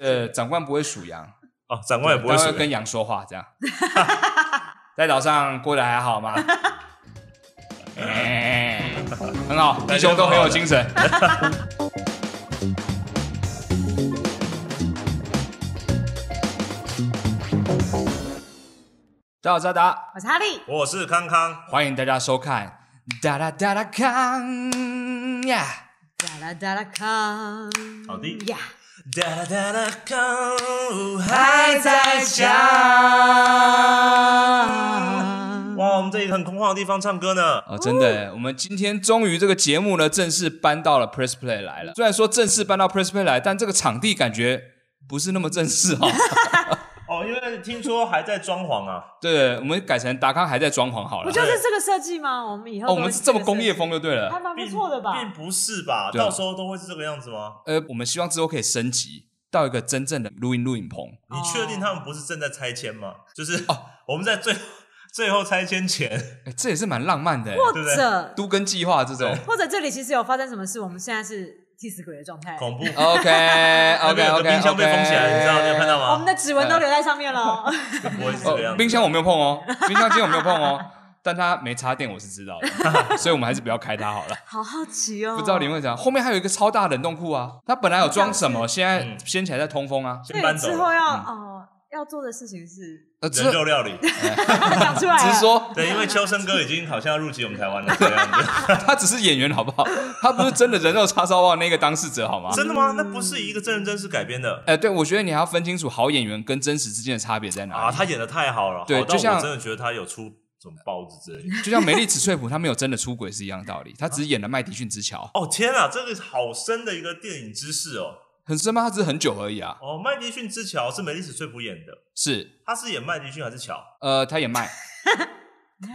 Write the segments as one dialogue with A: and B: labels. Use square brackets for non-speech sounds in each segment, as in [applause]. A: 呃，长官不会数羊，
B: 哦，长官也不会
A: 他
B: 数
A: 会跟
B: 羊。
A: 羊说话这样。 [laughs] 在岛上过得还好吗？ [laughs] 哎很好，弟兄都很有精神。 [laughs] 大家好，我是阿达，
C: 我是哈利，
B: 我是康康，
A: 欢迎大家收看《哒哒哒哒康》呀。
C: 哒啦哒啦康，
B: 好的
C: 呀，
B: 哒啦哒啦康，
A: 还在想
B: 哇，我们这里很空旷的地方唱歌呢。
A: 哦，真的耶，我们今天终于这个节目呢正式搬到了 Press Play 来了。虽然说正式搬到 Press Play 来，但这个场地感觉不是那么正式哦。 [laughs]
B: 哦，因为听说还在装潢啊。
A: 对，我们改成达康还在装潢好
C: 不
A: 了。
C: 就是这个设计吗？我们以后
A: 哦，
C: 都
A: 我
C: 会
A: 们是这么
C: 个设计
A: 工业，风就对
C: 还
A: 了。
C: 蛮不
B: 并
C: 错的吧？
B: 并不是吧？
A: 对啊
B: 到时候都会是这个样子吗？
A: 呃，我们希望之后可以升级到一个真正的录音录影棚。
B: 你确定
C: 哦
B: 他们不是正在拆迁
A: 哦
B: 吗？就是我们在最最后拆迁
C: [laughs]
B: 前，
A: 哎，这也是蛮浪漫的耶，
C: 或
B: 对不对
C: 者
A: 都跟计划这种。
C: 或者这里其实有发生什么事，我们现在是替死鬼的状态，
B: 恐怖
A: OK
B: [laughs] 那
A: OK
B: 边有
A: OK，
B: 个冰箱被封起来，你知道你有看到
C: 我们
B: 吗？
C: 的指纹都留在上面了。
B: 不会是这个样
A: 哦，
B: 子。
A: 冰箱我没有碰哦，冰箱今天我没有碰哦， [laughs] 但它没插电我是知道
B: [laughs]
A: 的，所以我们还是不要开它好了。
C: [laughs] 好好奇哦，
A: 不知道你会怎样，后面还有一个超大冷冻库啊，它本来有装什么，现在
B: 嗯
A: 掀起来在通风啊。
B: 先
C: 对
B: 搬走
C: 之后
B: 了。
C: 要哦要做的事情是 [laughs]
A: 呃，只
B: 人肉料理，
C: 讲出来了，
A: 只是说
B: 对，因为秋生哥已经好像要入籍我们台湾了，这个样子。
A: 他只是演员好不好？他不是真的人肉叉烧包啊那个当事者好吗？
B: 真的吗？那不是一个真人真事改编的
A: 哎，对，我觉得你还要分清楚好演员跟真实之间的差别在哪
B: 啊！
A: 里。
B: 他演的太好了，
A: 哎对
B: 好到
A: 就像
B: 我真的觉得他有出什么包子之类的。
A: 就像梅丽史翠普她没有真的出轨是一样的道理，她只是演了麦迪逊之桥，
B: 哦天啊，这个好深的一个电影知识哦！
A: 很深吗？她只是很久而已啊。
B: 哦，麦迪逊之桥是梅丽史翠普演的，
A: 是，
B: 他是演麦迪逊还是乔？
A: 呃，她演
C: [laughs]
A: 麦，嗯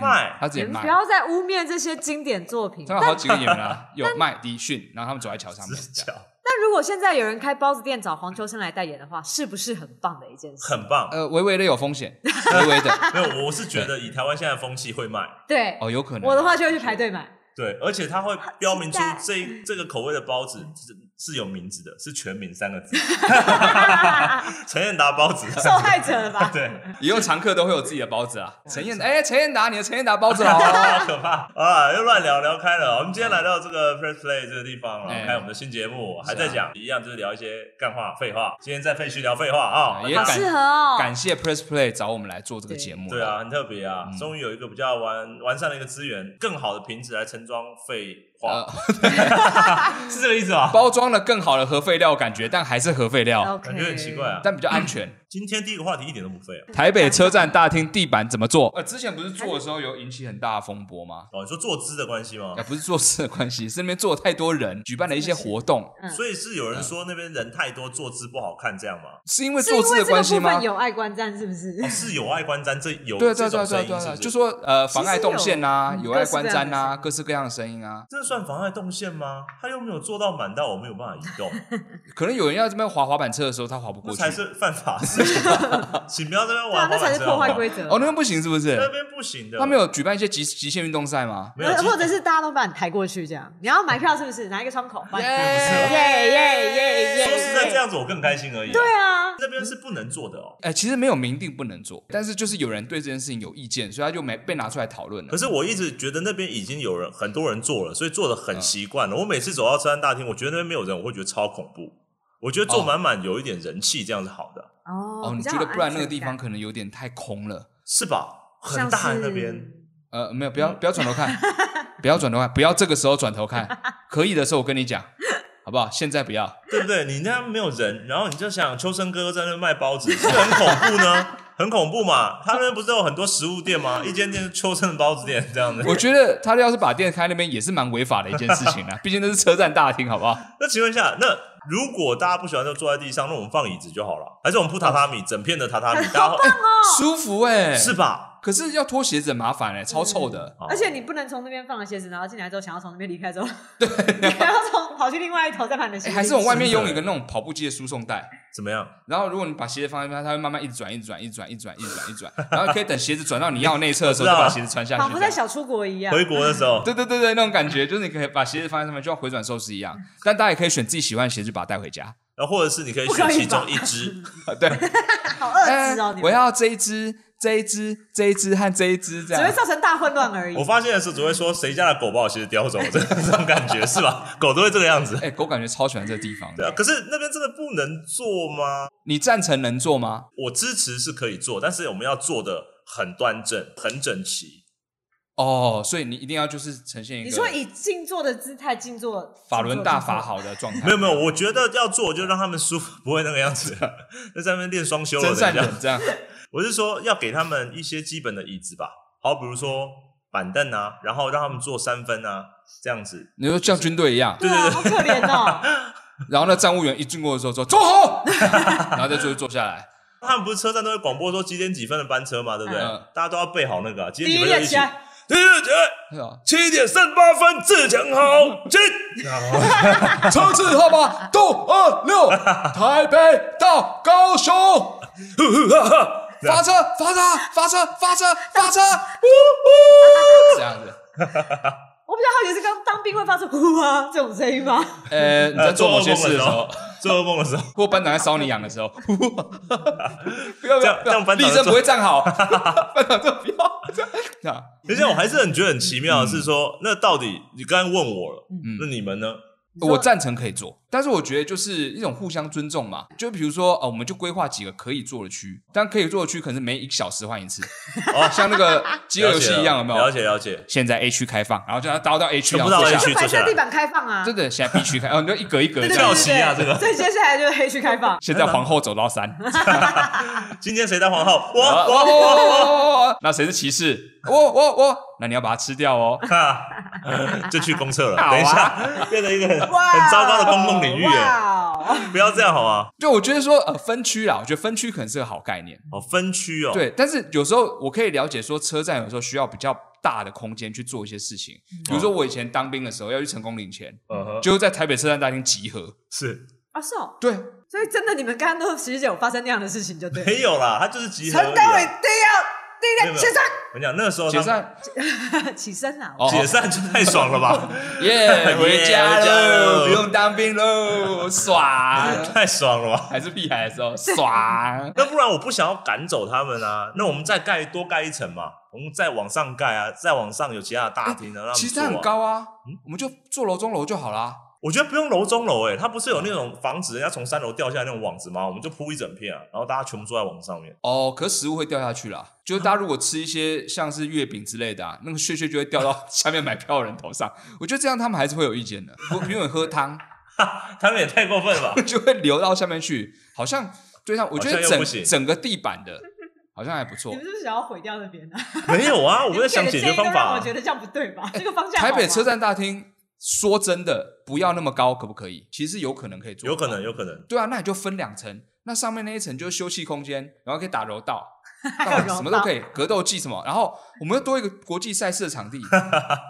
B: 麦
A: 她只
C: 你
A: 演
C: 们
A: 麦
C: 不，要再污蔑这些经典作品。
A: 她有好几个演员
C: [laughs]
A: 啊，有麦迪逊，然后他们走在桥上面
B: 之，
A: 这样
B: 桥
C: 那如果现在有人开包子店找黄秋生来代言的话，是不是很棒的一件事？
B: 很棒。
A: 呃，微微的有风险，微微的，
B: 没有，我是觉得以台湾现在的风气会卖，
C: 对，
A: 哦，有可能。
C: 我的话就会去排
A: [laughs]
C: 队买。
B: 对，而且他会标明出
C: 期待
B: 这这个口味的包子是是有名字的，是全名三个字，
C: [laughs]
B: [laughs] 陈彦达包子。
C: 受害者
A: [laughs]
C: 了吧？
B: [laughs] 对，
A: 以后常客都会有自己的包子啊。陈燕，哎，陈燕达，你的陈燕达包 [laughs] 子好啊。
B: 好可怕啊！又乱聊聊开了。我们今天来到这个 Press Play 这个地方，然
A: 哎
B: 后开我们的新节目，还
A: 是啊
B: 在讲一样，就是聊一些干话、废话。今天在废墟聊废话啊，
A: 也
C: 好
A: 感
C: 适合 [laughs] 哦。
A: 感谢 Press Play 找我们来做这个节目。
B: [laughs] 对，啊，很特别啊，
A: 嗯
B: 终于有一个比较完完善的一个资源，更好的瓶子来盛装废
C: 啊
B: 话，是这个意思吧？
A: 包装了更呃好的核废料感觉，但还是核废料，
C: OK，
B: 感觉很奇怪啊。
A: 但比较安全。
C: 嗯
B: 今天第一个话题一点都不废啊。
A: 台北车站大厅地板怎么做？呃，之前不是做的时候有引起很大的风波吗？
B: 哦，你说坐姿的关系吗
A: 啊，？不是做事的关系，是那边坐太多人，举办了一些活动，
C: 嗯
B: 所以是有人说那边人太多，坐姿不好看，这样吗？
A: 是因为
C: 是因
A: 做事
C: 为
A: 的
C: 这个
A: 关系
C: 部
A: 吗
C: 分？有爱观战，是不是？
B: 哦是有碍观瞻，这有
A: 嗯对对
B: 这种
A: 对
B: 声
A: 对
B: 音
A: 对
B: 是不
A: 对，
B: 是？
A: 就说呃
C: 其实
A: 妨碍动线啊，
C: 有
A: 有碍观瞻啊，
C: 嗯
A: 各式各样的声音啊，
B: 这算妨碍动线吗？他又没有做到满到我没有办法移
A: [laughs]
B: 动，
A: 可能有人要这边滑滑板车的时候他滑不过
B: 那
A: 去，
B: 才是犯法事情吧。请不要这边
C: [laughs] 对啊
B: 玩，
C: 那才是破坏规
B: 则，
C: 则。
A: 哦那边不行是不
B: 那
A: 是？
B: 边不行的。
A: 他们有举办一些极极限运动赛吗？
B: 没有，
C: 呃或者是大家都把你抬过去，这样你要买票是不是？拿一个窗口
A: [laughs]
C: 换。
A: 耶
C: 耶耶耶耶！
B: 说实在这样子，我更开心而已。
C: 对，啊，
B: 那边是不能做的哦。
A: 哎、其实没有明定不能做，但是就是有人对这件事情有意见，所以他就没被拿出来讨论了
B: 可。是我一直觉得那边已经有人很多人做了，所以做的
A: 嗯
B: 很习惯了。我每次走到车站大厅，我觉得那边没有人，我会觉得超恐怖。我觉得坐满满有一点人气，这样是好的，
C: 哦
A: 哦，你
C: 比较
A: 觉得
C: 有
A: 不然
C: 安
A: 那个
C: 全
A: 地方
C: 感
A: 可能有点太空了？
B: 是吧？很大那边，
A: 呃，没有，不要不要转头看， [laughs] 不要转头看，不要这个时候转头看，可以的时候我跟你讲，好不好？现在不要，
B: 对不对？你那样没有人，然后你就想秋生哥哥在那卖包子，是不是很恐怖呢？很恐怖嘛！他那边不是有很多食物店吗？一间店是秋生的包子店这样子。
A: 我觉得他要是把店开那边也是蛮违法的一件事情啊，毕竟那是车站大厅，好不好？
B: 那请问一下，那如果大家不喜欢就坐在地上，那我们放椅子就好了，还是我们铺榻榻米，整片的榻榻米，大家、
A: 舒服哎、
B: 是吧？
A: 可是要脱鞋子很麻烦哎、超臭的。
B: 哦
C: 而且你不能从那边放了鞋子，然后进来之后想要从那边离开之后，对， [laughs] 你还要从跑去另外一头再把你的鞋
A: 哎
C: 子。
A: 还是我外面
B: 真的
A: 用一个那种跑步机的输送带，
B: 怎么样？
A: 然后如果你把鞋子放在那边，它会慢慢一直转，一直转，一直转，一直转，一直转，一直转，
B: [laughs]
A: 然后可以等鞋子转到你要内侧的时候，
B: 我
A: 就
B: 知道
A: 把
B: 了
A: 鞋子穿下去。
C: 仿佛在小出国一样。
B: 回国的时候，
A: 对对对
B: [laughs]
A: 对，那种感觉就是你可以把鞋子放在上面，就像回转寿司一样。但大家也可以选自己喜欢的鞋子，就把它带回家。
B: 然后或者是你可以
C: 不可
B: 选
C: 以
B: 其
C: 吧
B: 中一支，
A: 对，
C: 好恶质
A: 哎
C: 哦，你
A: 我
C: 们
A: 要这一只、这一只、这一只和这一只这
C: 只会
A: 样。
C: 造成大混乱
B: [laughs]
C: 而已
B: 我。发现的时候只会说谁家的狗把我鞋子叼走，这 [laughs] 这种感觉是吧？狗都会这个样子。
A: 哎、狗感觉超喜欢这个地方
B: 对啊，
A: 的。
B: 可是那边真的不能做吗？
A: 你赞成能做吗？
B: 我支持是可以做，但是我们要做的很端正、很整齐。
A: 哦，所以你一定要就是呈现一个
C: 你说以静坐的姿态静坐，
A: 法轮大法
C: 静坐，
A: 好的状态。
B: 没有没有，我觉得要做就让他们舒服，不会那个样子。那在那边练双休了，
A: 真善
B: 等一下
A: 忍这样。
B: 我是说要给他们一些基本的椅子吧，好，比如说板凳啊，然后让他们坐三分啊，这样子。
A: 你说像军队一样，
C: 对啊，好可怜哦。
B: [laughs]
A: 然后那站务员一经过的时候说坐好， [laughs] 然后再坐坐下来。
B: 他们不是车站都会广播说几点几分的班车嘛，对不对？
A: 嗯
B: 大家都要备好那个、啊、几
C: 第
B: 点几分
C: 一
B: 就
C: 列
B: 一起
C: 起。来，
B: 对对对，
A: 是啊，
B: 七点三八分，自强号进。
A: 车次号码六二六，台北到高雄，发车发车发车发车发车，呜呜，这样子。
C: 我比较好奇是刚当兵会发出呼啊这种声
B: [laughs]
C: 音吗？
A: 呃，你在
B: 呃，
A: 做某
B: 做噩
A: 些
B: 梦
A: 事
B: 的
A: 的
B: 时
A: 时候
B: 候，，做噩梦的时候，
A: 或班长在烧你痒的
B: [laughs]
A: 时候，呼呼不要不
B: 这
A: 要
B: 样
A: 不
B: 这
A: 要
B: 样，班长
A: 立
B: 就
A: 正
B: 做
A: 不会站
B: [laughs]
A: 好，班长就不要这样这样。
B: 而且我还是很觉得很奇妙，的是说那到底你刚才问我了，
A: 嗯
B: 那你们呢？
C: 你说
A: 我赞成可以做，但是我觉得就是一种互相尊重嘛。就比如说，呃，我们就规划几个可以做的区，但可以做的区可能是每一个小时换一次，
B: 哦
A: 像那个饥饿游戏一样，有没
B: 了
A: 有？
B: 解了解，
A: 现在 A 区开放，然后就要倒到 A 区，
B: 全
A: 然
B: 部
A: 后
B: 到
A: 坐下
B: A 区
C: 白色地板开放啊，
A: 真的，现在 B 区开，哦，你就一格一格
C: 对
A: 这
C: 对
A: 样
B: 跳
C: 对。
B: 棋啊
C: 对
B: 这个
C: 所以接下来就是黑区开放，
A: 现在皇后走到三，
B: 今天谁当
A: [laughs]
B: 皇后？我
A: 啊
B: 我
A: 哇哇哇哇哇哇哇那谁是骑士？我我我，那你要把它吃掉哦。
B: [laughs] 哈，就去公厕了。
A: 好啊
B: 等一下，变成一个很 [laughs]
C: 哇，哦
B: 很糟糕的公共领域耶，
C: 哇哦，
B: 不要这样好吗？
A: 就我觉得说，呃，分区啦，我觉得分区可能是个好概念。
B: 哦，分区哦，，
A: 对，但是有时候我可以了解说，车站有时候需要比较大的空间去做一些事情，比
B: 哦
A: 如说我以前当兵的时候要去成功领钱，
B: 嗯哼，
A: 就是在台北车站大厅集合。
B: 是
C: 啊是哦，
A: 对，
C: 所以真的你们刚刚都其实有发生那样的事情就对了。
B: [laughs] 没有啦，他就是集合而已
C: 陈德伟
B: 啊。没有没有
C: 第一个第一个先
B: 我跟你讲那个时候他
A: 解
B: 们
A: 散，
C: 生 [laughs] 起身啊，
A: 哦，
B: 解散就太爽了
A: [laughs]
B: 吧，
A: 耶，回家
B: 回
A: 喽，
B: 家喽
A: 不用当兵喽，爽。 [laughs]
B: 太爽了吧。
A: 还是屁孩的时候，爽。
B: 那不然我不想要赶走他们啊，那我们再盖多盖一层嘛，我们再往上盖啊，再往上有其他的大厅啊，让他们
A: 其实
B: 坐
A: 它
B: 啊
A: 很，高啊，我们就坐楼中楼就好啦。
B: 我觉得不用楼中楼诶、欸它不是有那种防止人家从三楼掉下来那种网子吗？我们就铺一整片啊，然后大家全部坐在网上面。
A: 哦，可是食物会掉下去啦。就是大家如果吃一些像是月饼之类的、啊，那个屑屑就会掉到 [laughs] 下面买票的人头上。我觉得这样他们还是会有意见的。我比如你喝汤， [laughs]
B: 他们也太过分了吧？
A: 就会流到下面去，好像对上，我觉
B: 好
A: 得
B: 像又不
A: 整
B: 行
A: 整个地板的，好像还不错
C: 你。们是不是想要毁掉那边啊？
B: 没有啊，我
C: 你
B: 们在想
C: 们给的
B: 解
C: 建
B: 决
C: 议都
B: 方法
C: 让我
B: 啊、
C: 觉得这样不对
B: [laughs]
C: 吧？这个方向好
A: 台
C: 吗
A: 北车站大厅，说真的，不要那么高，可不可以？其实有可能可以做，
B: 有可能，。有可能。
A: 对啊，那你就分两层，那上面那一层就是休憩空间，然后可以打柔
C: [laughs]
A: 道，
C: 还有
A: 干嘛
C: 柔
A: 什么都
C: 道
A: 可以，格斗技什么。然后我们又多一个国际赛事的
C: [laughs]
A: 场地，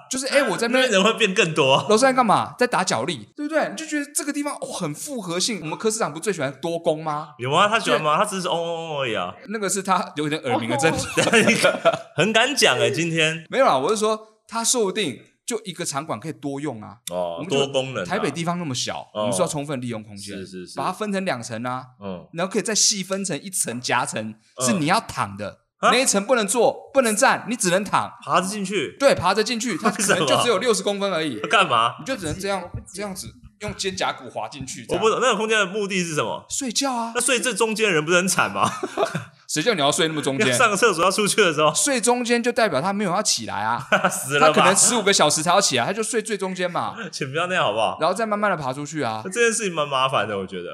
A: 就是哎、我在那
B: 那边
A: 边
B: 人会变更多，啊
A: 楼上在干嘛？在打脚力，对不对？你就觉得这个地方哦很复合性。我们科市长不最喜欢多攻吗？
B: 有吗？他喜欢吗？他只是嗡嗡嗡而已啊，
A: 那个是他有点耳鸣的症
C: 哦
A: 状。啊
B: [laughs] 很敢讲哎、今天
A: [laughs] 没有啦，我是说他说不定就一个场馆可以多用啊。我
B: 哦，
A: 们就
B: 多功能、
A: 台北，地方那么小，
B: 哦
A: 我们是要充分利用空间，
B: 是是是
A: 把它分成两层啊，
B: 嗯，
A: 然后可以再细分成一层夹层，
B: 嗯
A: 是你要躺的。
B: 啊
A: 那一层不能坐，不能站，你只能躺，
B: 爬着进去
A: 对，爬着进去，它可能
B: 为什
A: 就
B: 么
A: 只有六十公分而
B: [laughs]
A: 已，
B: 干嘛？
A: 你就只能这样这样子用肩胛骨滑进去，这
B: 我
A: 样
B: 不懂那个空间的目的是什么？
A: 睡觉啊
B: 那，睡这中间的人不是很惨吗？
A: 谁叫你要睡那么中
B: 要
A: 间？
B: 上个厕所要出去的时候
A: 睡中间就代表他没有要起来
B: [laughs]
A: 啊，
B: 他死
A: 他
B: 了
A: 可能
B: 吧？
A: 十五个小时才要起来，他就睡最中间
B: [laughs]
A: 嘛，
B: 请不要那样好不好？
A: 然后再慢慢的爬出去啊
B: 这。件事情蛮麻烦的，我觉得。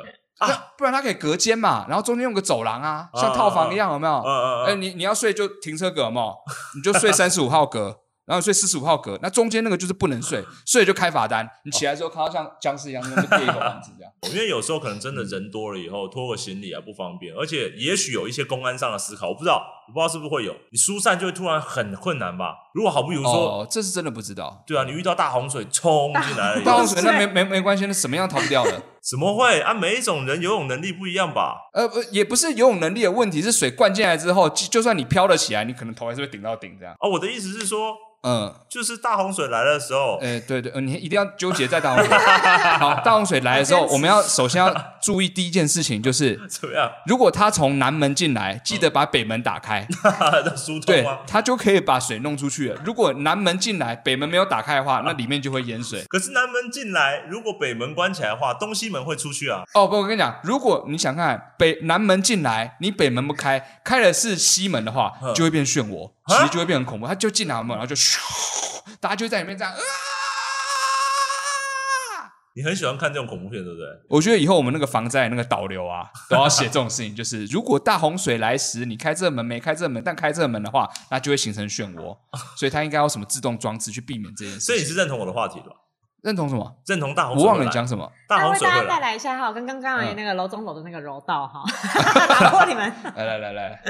A: 那不然他可以隔间嘛，然后中间用个走廊啊，像套房一样，有没
B: 嗯
A: 有？
B: 嗯
A: 哎，
B: 嗯，
A: 你你要睡就停车格嘛， [laughs] 你就睡三十五号格，然后睡四十五号格，那中间那个就是不能
B: [laughs]
A: 睡，睡就开罚单。你起来之后看到像僵尸一样，那就跌一口房子
B: [laughs]
A: 这样。
B: 因为有时候可能真的人多了以后拖个行李啊不方便，而且也许有一些公安上的思考，我不知道，我不知道是不是会有，你疏散就会突然很困难吧？如果好比如说，
A: 哦，这是真的不知道。
B: 对啊，你遇到大洪水冲进来了以
A: 大
B: 后
A: 洪，水那没没没关系，那什么样逃不掉的？ [laughs]
B: 怎么会啊？每一种人游泳能力不一样吧？
A: 呃，不，也不是游泳能力的问题，是水灌进来之后，就就算你飘了起来，你可能头还是会顶到顶这样。
B: 啊，我的意思是说，
A: 嗯，
B: 就是大洪水来的时候，
A: 哎、对对，呃你一定要纠结在大
B: [laughs]
A: 洪水。好，大洪水来的时候，
C: 好坚持
A: 我们要首先要注意第一件事情就是，
B: 怎么样？ [laughs]
A: 如果他从南门进来，记得把北门打开，
B: 那疏通
A: 对
B: 吗？
A: 他就可以把水弄出去了。如果南门进来，北门没有打开的话，那里面就会淹水。
B: 可是南门进来，如果北门关起来的话，东西门会出去啊。
A: 哦不，我跟你讲，如果你想看北南门进来，你北门不开，开的是西门的话
B: 嗯，
A: 就会变漩涡，其
B: 啊
A: 实就会变很恐怖。他就进来门，然后就咻，大家就在里面这样啊。
B: 你很喜欢看这种恐怖片，对不对？
A: 我觉得以后我们那个防灾那个导流啊，都要写这种事情，就是如果大洪水来时，你开这门没开这门，但开这门的话，那就会形成漩涡，所以它应该有什么自动装置去避免这件
B: 所
A: 事
B: 以你
A: 情。
B: 是认同我的话题吧？
A: 认同什么？
B: 认同大洪
A: 我
B: 水会来？
A: 忘了你讲什么。
B: 大
C: 那
B: 洪
C: 为
B: 水
C: 大
B: 会
C: 家带
B: 来，
C: 来一下哈，跟刚刚
A: 嗯
C: 那个楼中楼的那个柔道哈，
B: 嗯
C: [laughs] 打破你们。
A: 来来来来，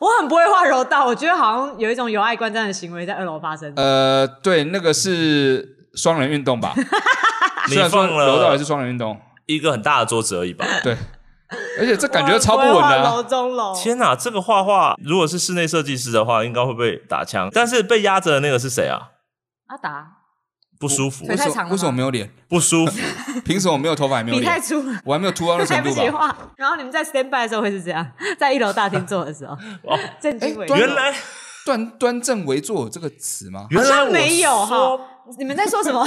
C: 我很不会画柔道，我觉得好像有一种有碍观瞻的行为在二楼发生。
A: 呃，对，那个是双人运动
B: [laughs]
A: 吧？
B: 你
A: 虽然说
B: 放了
A: 柔道也是双人运动，
B: 一个很大的桌子而已吧？
A: 对，而且这感觉
C: 我很
A: 超不
C: 会
A: 稳
C: 画
A: 的、啊
C: 楼。中楼，
B: 天哪，这个画画如果是室内设计师的话，应该会被打枪。但是被压着的那个是谁啊？
C: 阿达，
B: 不舒服
C: 腿，太
A: 为什
C: 长
A: 么
C: 了吗
A: 为什么没有脸？
B: 不舒
C: [laughs]
B: 服。
A: 凭什么没有头发也没有
C: 你太
A: 脸？
C: 粗了。
A: 我还没有秃到那
C: 来
A: 程 [laughs]
C: 不
A: 度
C: 及
A: 吧？
C: 画，然后你们在 stand by 的时候会是这样， [laughs] 在一楼大厅坐的时候，
B: [laughs] 哦，
C: 正襟危
A: 哎
C: 坐。
B: 原来
A: 端端正为坐有这个词吗？
B: 原来我
C: 没有
B: 说
C: 哈，你们在说
B: [laughs]
C: 什么？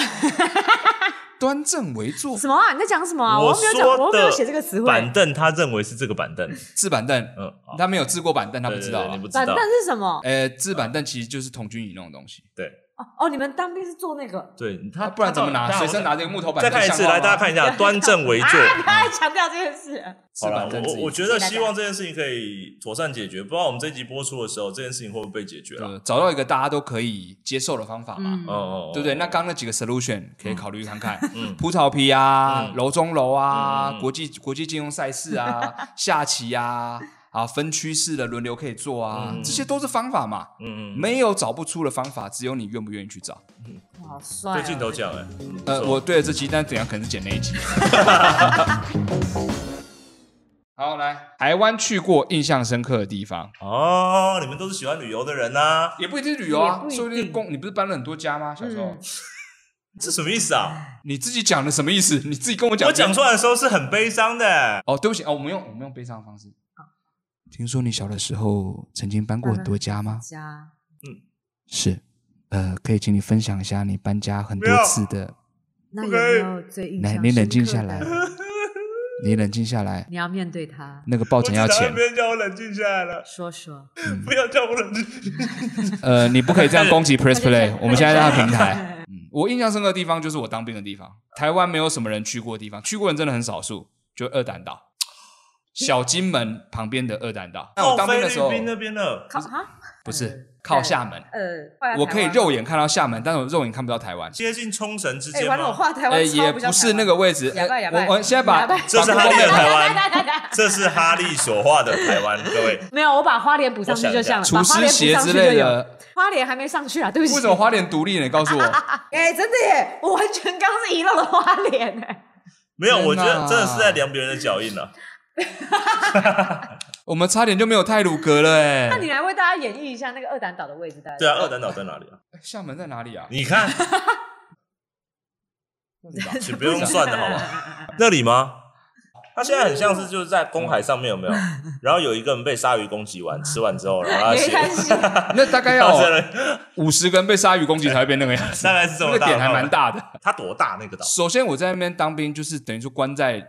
A: 端正为坐，
C: 什么啊？你在讲什么啊？我又没有讲，我
B: 说
C: 又
B: 的
C: 没有写这个词汇。
B: 板凳，他认为是这个板凳。
A: 制板凳，
B: 嗯，好
A: 他没有制过板 [laughs] 凳，他不知道
B: 对对对
A: 啊
B: 你。不知
C: 板
B: 道
C: 凳。是什么？
A: 呃，制板凳其实就是童军椅那种东西，
B: 对
C: 哦，你们当兵是坐那个啊？
B: 对，他
A: 啊不然怎么拿？
B: 他
A: 随身拿这个木头板
B: 再
A: 凳
B: 看一次，
A: 像话吗
B: 来大家看一下，端正
C: [laughs]
B: 为坐。
C: 不要再啊强调这件事。
A: 制
B: 好了，
A: 板凳
B: 我
A: 自
B: 我
A: 己
B: 我觉得希望这件事情可以妥善解决。不知道我们这集播出的时候，这件事情会不会被解决了？
A: 呃找到一个大家都可以接受的方法嘛，
C: 嗯
B: 哦，哦，哦
A: 对不对？那刚刚那几个 solution 可以考虑看看，
B: 嗯
A: 葡萄皮啊，
B: 嗯
A: 楼中楼啊
B: 嗯，嗯
A: 国际国际金融赛事
B: [laughs]
A: 啊，下棋啊，啊分区式的轮流可以做啊，
B: 嗯
A: 这些都是方法嘛。
B: 嗯嗯，
A: 没有找不出的方法，只有你愿不愿意去找。
C: 哇好帅
B: 对
C: 哦。
B: 镜头讲哎，嗯不
A: 呃，
B: 错
A: 我对了这集，但等一下可能是剪那一
B: [laughs]
A: 集。好，来台湾去过印象深刻的地方，
B: 哦，你们都是喜欢旅游的人呐，
A: 也不一定是旅游啊
C: 也，不一定
A: 说不定公你不是搬了很多家吗？小时候、
C: 嗯
B: 这什么意思啊？
A: 你自己讲的什么意思？你自己跟我讲。
B: 我讲出来的时候是很悲伤的。
A: 哦，对不起哦，我们用我们用悲伤的方式。听说你小的时候曾经搬过很多家吗？
C: 家
A: 是，呃，可以请你分享一下你搬家很多
B: 不要
A: 次的。
C: 那
B: 不
C: 有
B: 可
C: 没
B: 以
C: 有最印象
A: 来，
C: 深刻的？
A: 你冷静下来，你冷静下来。
C: 你要面对他，
A: 那个报
B: 我
A: 警要
B: 只
A: 钱嗯
B: 能，别叫我冷静下来了，
C: 说说。
B: 不要叫我冷静。
A: 呃，你不可以这样攻 [laughs] 击 Press
C: 那就这
A: Play，
C: 样
A: 我们现在让他平台。 [laughs] 嗯，我印象深刻的地方就是我当兵的地方，台湾没有什么人去过的地方，去过人真的很少数，就二胆岛，小金门旁边的二胆岛。那我当
B: 到
A: 兵
B: 哦菲
A: 的时候
B: 律宾那边了，
C: 靠啊，
A: 不是靠厦门，
C: 呃，后来
A: 我
C: 台
A: 可以
C: 湾
A: 肉眼看到厦门，但是我肉眼看不到台湾。
B: 接近冲绳之
C: 哎，
B: 间
C: 完了，我
B: 吗？
C: 画台
A: 呃，
C: 湾超
A: 也
C: 不像
A: 不
C: 台
A: 是
C: 湾
A: 那个位置。呃
C: 哑巴哑巴
A: 我我现在把
C: 哑巴
B: 这是
A: 把
B: 哈利的台
C: 来来
B: 湾，
C: 来来
B: 这是哈利所画的台湾，各
A: [laughs]
B: 位。
C: [laughs] 没有，我把花莲补上去就像了，
A: 厨
C: 把花
A: 师
C: 莲补
A: 鞋
C: 上
A: 之
C: 去
A: 类
C: 就有。
A: 的，
C: 花莲还没上去啊，对不
A: [laughs]
C: 起。
A: 为什么花莲独立呢？你告诉
C: [laughs]
A: 我，
C: 哎、真的耶，我完全刚刚是遗漏了花莲哎。
B: 没有，
A: 天哪
B: 我觉得真的是在量别人的脚印啊了。
A: 我们差点就没有泰鲁格了哎
C: 那。你来为大家演绎一下那个二胆岛的位置，大家
B: 对啊，二等岛在哪里啊？
A: 哎厦门在哪里啊？
B: 你看，
A: 那里吧
B: 啊请不用算的好吗？那里吗？它现在很像是就是在公海上面有没
A: [laughs]
B: 有？然后有一个人被鲨鱼攻击完，吃完之后，然后他
C: [laughs] 没
B: 血
C: 关
A: 哦
C: 系，
A: 那大概
B: 到
A: 要
B: 这了，
A: 五十个人被鲨鱼攻击才会变那个样子，
B: [laughs] 大概是这
A: 那
B: 么
A: 个
B: 大，
A: 点还蛮。大的。
B: 它多大那个岛？
A: 首先我在那边当兵，就是等于说关在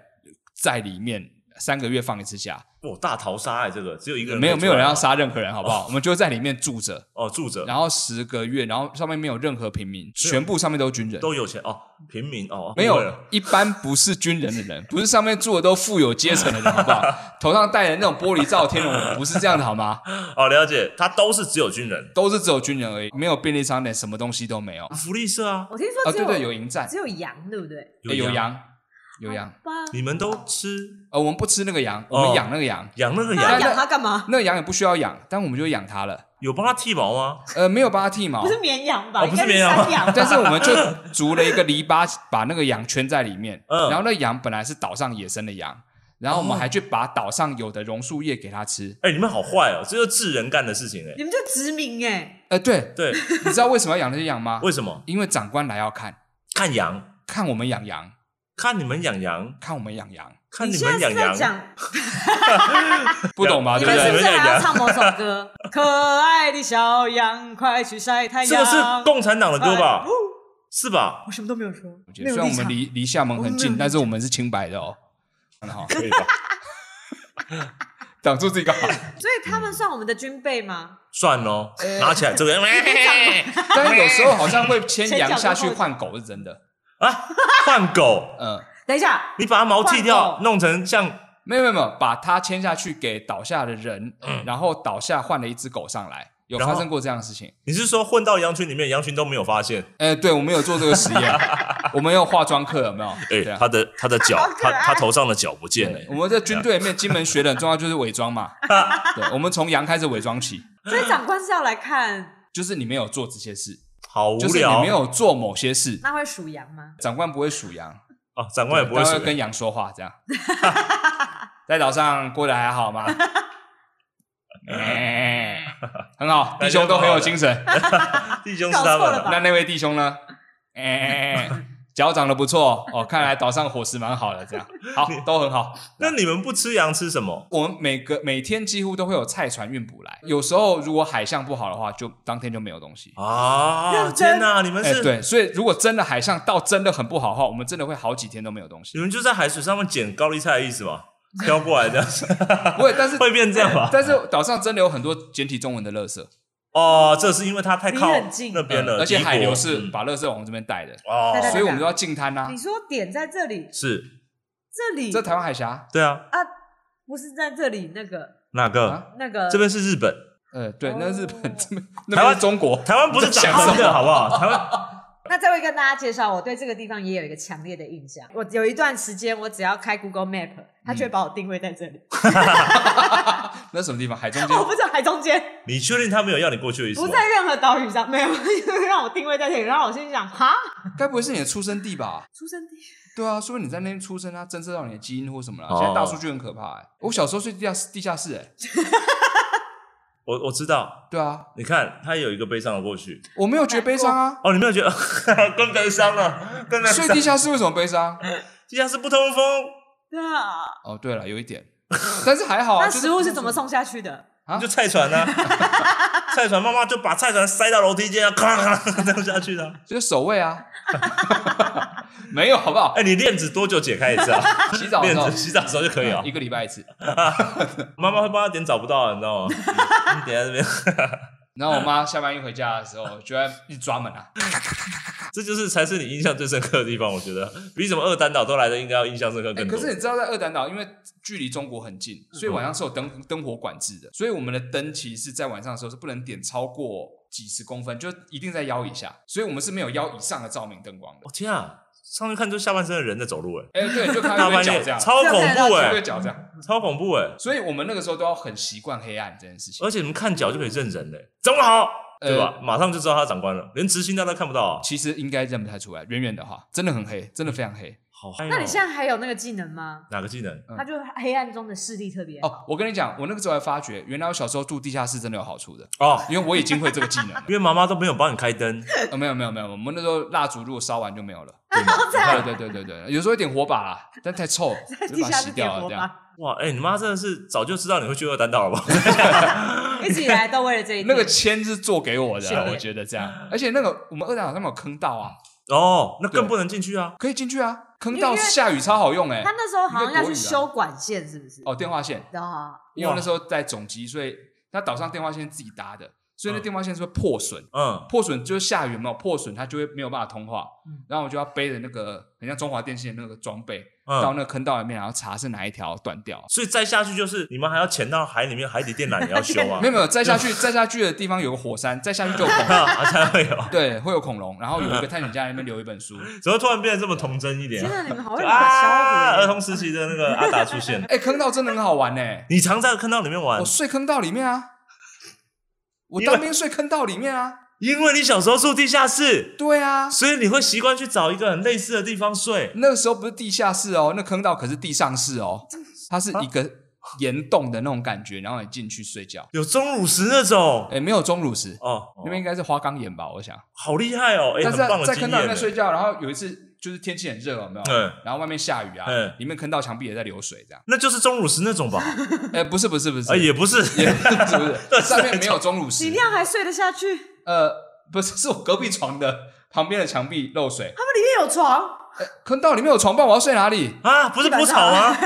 A: 在里面三个月放一次假，
B: 哇，大逃杀哎，这个只有一个人
A: 没有
B: 可以
A: 没有
B: 出来
A: 人要
B: 吗
A: 杀任何人，好不好？我们就在里面住着，
B: 哦，住着
A: 然后十个月，然后上面没有任何平民，全部上面都是军人。
B: 都有钱哦，平民哦，
A: 没
B: 误会
A: 有
B: 了，
A: 一般不是军人的人，不是上面住的都富有阶层的人，好不 [laughs] 好？头上戴的那种玻璃罩天龙人，不是这样的好吗？
B: 哦，了解，他都是只有军人，
A: 都是只有军人而已，没有便利商店，什么东西都没有。啊，哦
B: 福利社啊，
C: 我听说只
A: 对
C: 有、
A: 对，有营站
C: 只，有羊，对不对？
A: 诶有，羊，有羊。
C: 好吧
B: 你们都吃
A: 呃，我们不吃那个羊，我们
B: 哦
A: 养那个羊，
B: 养那个
C: 那
B: 羊
A: 那
C: 养它干嘛？
A: 那个羊也不需要养，但我们就养它了。
B: 有帮他剃毛吗？
A: 呃，没有帮他剃毛
C: [laughs] 不，是绵羊吧？
B: 哦
C: 应该
B: 不是绵羊吧
C: 山羊吧，
A: 但是我们就筑了一个篱笆，把那个羊圈在里面。
B: 嗯
A: 然后那羊本来是岛上野生的羊，然后我们
B: 哦
A: 还去把岛上有的榕树叶给它吃。
B: 哎、你们好坏哦，这就是智人干的事情哎、
C: 你们就殖民哎，
A: 呃，对， [laughs]
B: 对，
A: 你知道为什么要养那些羊吗？
B: 为什么
A: 因为长官来要看，
B: 看羊？
A: 看我们养羊，
B: 看你们养羊，
A: 看我们养
C: [laughs]
A: 羊，
B: 看
C: 你
B: 你
C: 现在
B: 们养
C: 是在
B: 羊，
C: 讲，
A: 不懂吧？
C: 你
A: 对不对
C: 们是不？是
B: 对对
C: 还要唱某首
B: [laughs]
C: 歌？可爱的小羊，快去晒太阳。
B: 这个是共产党的歌吧
C: 哎呜？
B: 是吧？
C: 我什么都没有说，没
A: 虽
C: 有
A: 然
C: 立
A: 我们
C: 场。
A: 离离厦门
C: 我们
A: 很
C: 没有
A: 近，
C: 立
A: 但是我们是清白的哦。很好，
B: 可以吧？
A: [laughs] 挡住自己干嘛？
C: [laughs] 所以他们算我们的军备吗？
B: 算喽，
C: 呃
B: 拿起来
C: [laughs]
B: 这个
A: 但是有时候好像会牵
C: 先
A: 羊
C: 讲
A: 下
C: 之
A: 去
C: 后
A: 换狗，是真的。
B: [laughs] 啊，换狗，
A: 嗯，
C: 等一下，
B: 你把它毛剃掉
C: 换，狗
B: 弄成像
A: 没有没有没有，把它牵下去给倒下的人，
C: 嗯
A: 然后倒下换了一只狗上来，有
B: 然后
A: 发生过这样的事情。
B: 你是说混到羊群里面，羊群都没有发现？
A: 哎，对，我们有做这个实
C: [laughs]
A: 验，我们有化妆课，有没有？
B: 哎、
A: 对啊
B: 他的他的脚
C: 好，
B: 他
C: 可爱
B: 他头上的脚不见了、
A: 对，我们在军队里面，金门学的很重要就是伪装
B: [laughs]
A: 嘛。对，我们从羊开始伪装起，
C: 所以长官是要来看，
A: 就是你没有做这些事，
B: 好无
A: 就是
B: 聊。
A: 你没有做某些事，
C: 那会属羊吗？
A: 长官不会数羊，
B: 啊，长官也不会
A: 他
B: 数
A: 会跟羊说话，
B: [laughs]
A: 这样。在岛上过得还好吗？哎很好，弟兄都很有精
B: [laughs]
A: 神。
B: 弟兄是他
C: 搞错
B: 们
C: 了吧
B: 啊，
A: 那那位弟兄呢？哎，脚长得不错哦，看来岛上伙食蛮好的，这样好都很好。
B: 那你们不吃羊吃什么？
A: 我们每个每天几乎都会有菜船运补
B: 嗯
A: 来，有时候如果海象不好的话，就当天就没有东西。
B: 啊！
C: 认
B: 天
C: 真
B: 哪，你们
A: 哎、
B: 是、
A: 对，所以如果真的海象到真的很不好的话，我们真的会好几天都没有东
B: 你
A: 西。
B: 们就在海水上面捡高丽菜的意思
C: [laughs]
B: 吗？飘过来这样子， [laughs]
A: 不会，但是
B: 会变这样
A: [laughs]
B: 吧？
A: 但是岛上真的有很多简体中文的垃圾，
B: 哦，这是因为它太靠
C: 离很近
B: 那边
A: 嗯
B: 了，
A: 而且
B: 敌国
A: 海流是
B: 嗯
A: 把垃圾往这边带的，嗯
B: 哦
C: 对对，
A: 所以我们都要净滩呐
C: 你。说点在这里，
B: 是，
C: 这里
A: 这台湾海峡，
B: 对啊，
C: 啊，不是在这里那个
B: 哪
A: 啊
B: 个？
C: 那个
B: 这边是日本，
A: 呃，对，那日本
C: 哦
A: 这
B: [laughs]
A: 边，那
B: 台
A: 边
B: 湾
A: 是中国，
B: 台湾不是
A: 你在想
B: 讲真的，好不好？台湾
A: [laughs]
C: 那再会跟大家介绍，我对这个地方也有一个强烈的印象。我有一段时间，我只要开 Google
A: 嗯
C: Map，它就会把我定位在这里，
A: 那什么地方？海中间
C: [laughs] 我不知道海中间，
B: 你确定他没有要你过去的意思
C: 不
B: 吗？
C: 在任何岛屿上，没有 [laughs] 让我定位在这里。然后我心里想，哈，
A: 该不会是你的出生地吧？
C: 出生地
A: 对啊，说不定你在那边出生，它侦测到你的基因或什么了。
B: 哦
A: 现在大数据很可怕、欸，我小时候睡地下室，地下室、欸，哎，
B: 我我知道，
A: 对啊，
B: 你看他有一个悲伤的过去。
A: 我没有觉得悲伤
B: [laughs]
A: 啊。
B: 哦，你没有觉得更悲伤了，更悲
A: 睡
B: 伤。
A: 地下室为什么悲伤？啊
B: 地下室不通风，
C: 对啊，
A: 哦，对了，有一
B: [laughs]
A: 点，但是还好啊。
C: 那
A: 就是
C: 食物是怎么？送下去的？
A: 啊
B: 就菜
A: [laughs]
B: 船啊，菜船妈妈就把菜船塞到楼梯间啊，咔啦咔啦这样下去的啊。
A: 就是守卫啊， [laughs] 没有好不好？
B: 哎、你链子多久解开一次啊？
A: 洗澡的
B: 链
A: 时候
B: 子洗澡的时候就可以啊
A: 嗯一。嗯个礼拜一次。
B: 妈妈会帮他点找不到啊，你知道吗？ [laughs] 你点在这边，
A: 然后我妈下班一回家的时候，就在一直抓门啊。
B: 这就是才是你印象最深刻的地方。我觉得比什么二单岛都来的应哦嗯该要印象深刻
A: 哎
B: 更多。
A: 可是你知道，在二胆岛，因为距离中国很近，所以晚上是有灯灯火管制的，所以我们的灯其实是在晚上的时候是不能点超过几十公分，就一定在腰以下，所以我们是没有腰以上的照明灯光的。
B: 我、天啊，上去看就下半身的人在走路、哎，
A: 哎，对，就看到一
B: 大
A: 堆
B: 半
A: 脚
B: 夜
A: 这样，
B: 超恐怖哎、
A: 一堆脚这样，
B: 超恐怖哎、
A: 所以我们那个时候都要很习惯黑暗这件事情。
B: 而且你们看脚就可以认人嘞、长官好，
A: 呃
B: 呃对吧？马上就知道他长官了，连执行单都看不到、啊。
A: 其实应该认不太出来，远远的话，真的很黑，真的非常黑。
B: 好嗨哦、
C: 那你现在还有那个技能吗？
B: 哪个技能？
A: 嗯
C: 它就黑暗中的视力特别 [laughs] 好。
A: 哦，我跟你讲，我那个时候还发觉，原来我小时候住地下室真的有好处的，
B: 哦，。
A: 因为我已经会这个技能了
C: [laughs]
B: 因为妈妈都没有帮你开灯，
A: 呃，没有没有没有，我们那时候蜡烛如果烧完就没有了。
C: 哦
B: 对吗 [laughs]
A: 对对对对对，有时候一点火把啦，但太
C: [laughs]
A: 臭，就
C: 地
A: 把它
C: 下
A: 洗
C: 室点
A: 掉了
C: 火
A: 这样。
C: 吧，
B: 哇，哎、你妈真的是早就知道你会去二单道了吧？ [laughs]
C: [laughs] 一直以来都为了这一
A: 那个
C: 天
A: 签是做给我
C: 是
A: 的啊，
C: 的
A: 我觉得这样。而且那个我们二代好像没有坑道啊，
B: 哦，那更
A: 对
B: 不能进去啊！
A: 可以进去啊，坑
C: 因
A: 道
C: 为
A: 下雨超好用哎、
C: [laughs] 他那时候好像要
A: 一个国
C: 去
A: 语啊
C: 修管线，是不是？
A: 哦，电话线，
C: 然后
A: 因为我那时候在总机，所以它岛上电话线自己搭的，所以那
B: 嗯
A: 电话线是会破损。
B: 嗯，
A: 破损就是下雨有没有破损，它就会没有办法通话
C: 嗯。
A: 然后我就要背着那个很像中华电信的那个装备，
B: 嗯
A: 到那个坑道里面，然后查是哪一条断掉。
B: 所以再下去就是你们还要潜到海里面，海底电缆也要修啊
A: 没，有没有，再下去再下去的地方有个火山，再下去就有恐龙，
B: [laughs] 啊才会有。
A: 对，会有恐龙。然后有一个探险家在那边留一本书。
B: 怎么突然变得这么童真一点
C: 天
B: 啊？
C: 哪，你们好会
B: 就
C: 玩小
B: 啊，
C: 虎
B: 儿
A: 呃
C: 欸
B: 童时期的那个阿达出现
A: [laughs] ，哎，坑道真的很好玩呢、
B: 你常在坑道里面玩
A: 我，睡坑道里面啊。我
B: 因为
A: 当兵睡坑道里面啊，
B: 因为你小时候住地下室，
A: 对啊，
B: 所以你会习惯去找一个很类似的地方睡。
A: 那个时候不是地下室哦，那坑道可是地上室
B: [laughs]
A: 哦，它是一个岩洞的那种感觉，然后你进去睡觉，
B: 有钟乳石那种
A: 哎，没有钟乳石，
B: 哦，
A: 那边应该是花岗岩吧，我想。
B: 好厉害哦！哎，
A: 但
B: 很
A: 是啊
B: 棒
A: 在
B: 的
A: 在
B: 经
A: 坑道里
B: 验
A: 面睡
B: 欸。
A: 觉，然后有一次就是天气很热，有没有？
B: 嗯
A: 然后外面下雨啊，
B: 嗯。
A: 里面坑道墙壁也在流水，这样
B: 那就是钟乳石那
A: [laughs]
B: 种吧？
A: 哎，不是不是不是，
B: 啊，也不是，
A: 也不 [laughs] 是不
B: 那
A: 是，
B: 是
A: 上面没有钟乳
C: 几
A: 石，
C: 量还睡得下去？他
A: 呃，不是，是我隔壁床的旁边的墙壁漏水，
C: 们里面有床，
A: 坑道里面有床伴，我要睡哪里？
B: [laughs] 啊，不是铺草吗？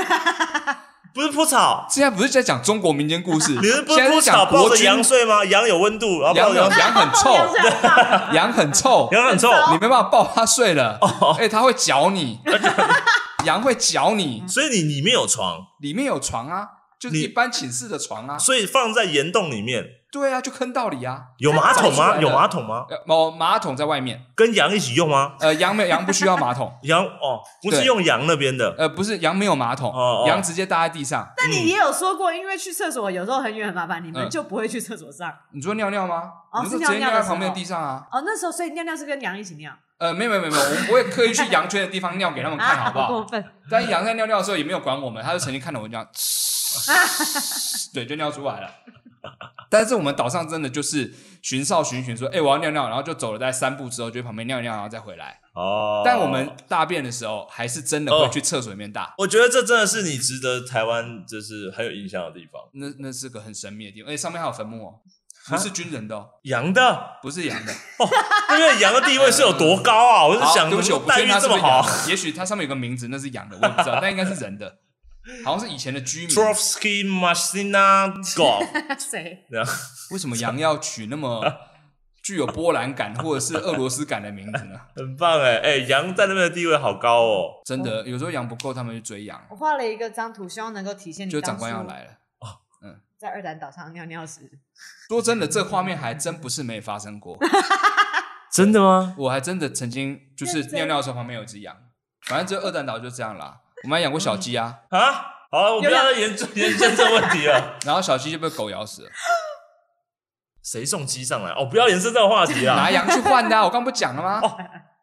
B: 不是铺草，
A: 现在不是在讲中国民间故事，
B: [laughs] 你是不
A: 现在
B: 是
A: 是
B: 铺草
A: 讲
B: 抱
A: 国
B: 着
A: 军，
B: 羊睡吗？羊有温度，然后抱
A: 羊有
B: 着
C: [laughs]
B: 羊，
A: 羊很
C: 量
A: 臭
C: 是，
A: [laughs]
C: 很大
A: 羊很臭，
B: 羊很臭，
A: 你没办法抱它睡了，
B: 哦
A: 哎，它会嚼
B: [laughs]
A: 你，羊会嚼你，
B: 所以你里面有床，
A: 里面有床啊，就是
B: 你
A: 一般寝室的床啊，
B: 所以放在岩洞里面
A: 对啊，就坑道里啊。
B: 有马
A: 找
B: 桶
A: 出来
B: 吗？
A: 的
B: 有马桶吗？
A: 呃，哦，马桶在外面，
B: 跟羊一起用吗？
A: 呃，羊没羊不需要马桶， [laughs]
B: 羊哦，不是
A: 对
B: 用羊那边的，
A: 呃，不是羊没有马桶，
B: 哦哦
A: 羊直接搭在地上。
C: 但你也有说过，因为去厕所有时候很远很麻烦，你们
A: 嗯
C: 就不会去厕所上。
A: 你说尿尿吗？
C: 哦
A: 我们说直
C: 是尿
A: 接
C: 尿
A: 尿
C: 的
A: 在
C: 时
A: 旁边的
C: 候
A: 地上啊。
C: 哦，那时候所以尿尿是跟羊一起尿，
A: 呃，没有没有没有，我们不会刻意去羊圈的地方尿给他们看，好不
C: 啊
A: 好？
C: [laughs] 过分。
A: 但羊在尿尿的时候也没有管我们，他就曾经看到我这
B: [laughs]
A: 样，对，就尿出来了。但是我们岛上真的就是巡哨巡一巡说，哎、我要尿尿，然后就走了在三步之后，就去旁边尿一尿，然后再回来。
B: 哦，
A: 但我们大便的时候，还是真的会去厕所里面大。
B: 我觉得这真的是你值得台湾就是很有印象的地方。
A: 那那是个很神秘的地方，而且上面还有坟墓哦，不
B: 啊
A: 是军人的、哦，
B: 羊的，
A: 不是羊的。
B: [laughs] 因为羊的地位是有多高啊！我是
A: 好
B: 想，
A: 对不起，我不
B: 待
A: 确
B: 遇
A: 定它是
B: 这
A: 不
B: 么
A: 是羊
B: 好
A: 的，也许它上面有个名字，那是羊的，我也不知道，但应该是人的，好像是以前的居
B: [laughs]
A: 民。
B: ，Trovsky
A: [laughs]
B: Machina God，
C: 谁？
B: 然后
A: 为什么羊要取那么具有波兰感或者是俄罗斯感的名字呢？
B: 很棒哎哎，羊在那边的地位好高哦。
A: 真的，有时候羊不够，他们去追羊，
C: 我画了一个张图，希望能够体现你
A: 就长
C: 当
A: 官要
C: 初
A: 来了。
C: 在二胆岛上尿尿时。
A: 说真的，这画面还真不是没发生过，
B: 真的吗？
A: 我还真的曾经就是
C: 认真
A: 尿尿的时候旁边有只羊，反正这二战岛就这样啦。我们还养过小鸡啊，
B: 啊，好了，我不要再研 [laughs] 究研究这问题了。
A: 然后小鸡就被狗咬死了。
B: 谁送鸡上来？哦，不要延伸这个话题
A: 拿
B: 啦。
A: 羊去换的、啊，我刚不讲了吗？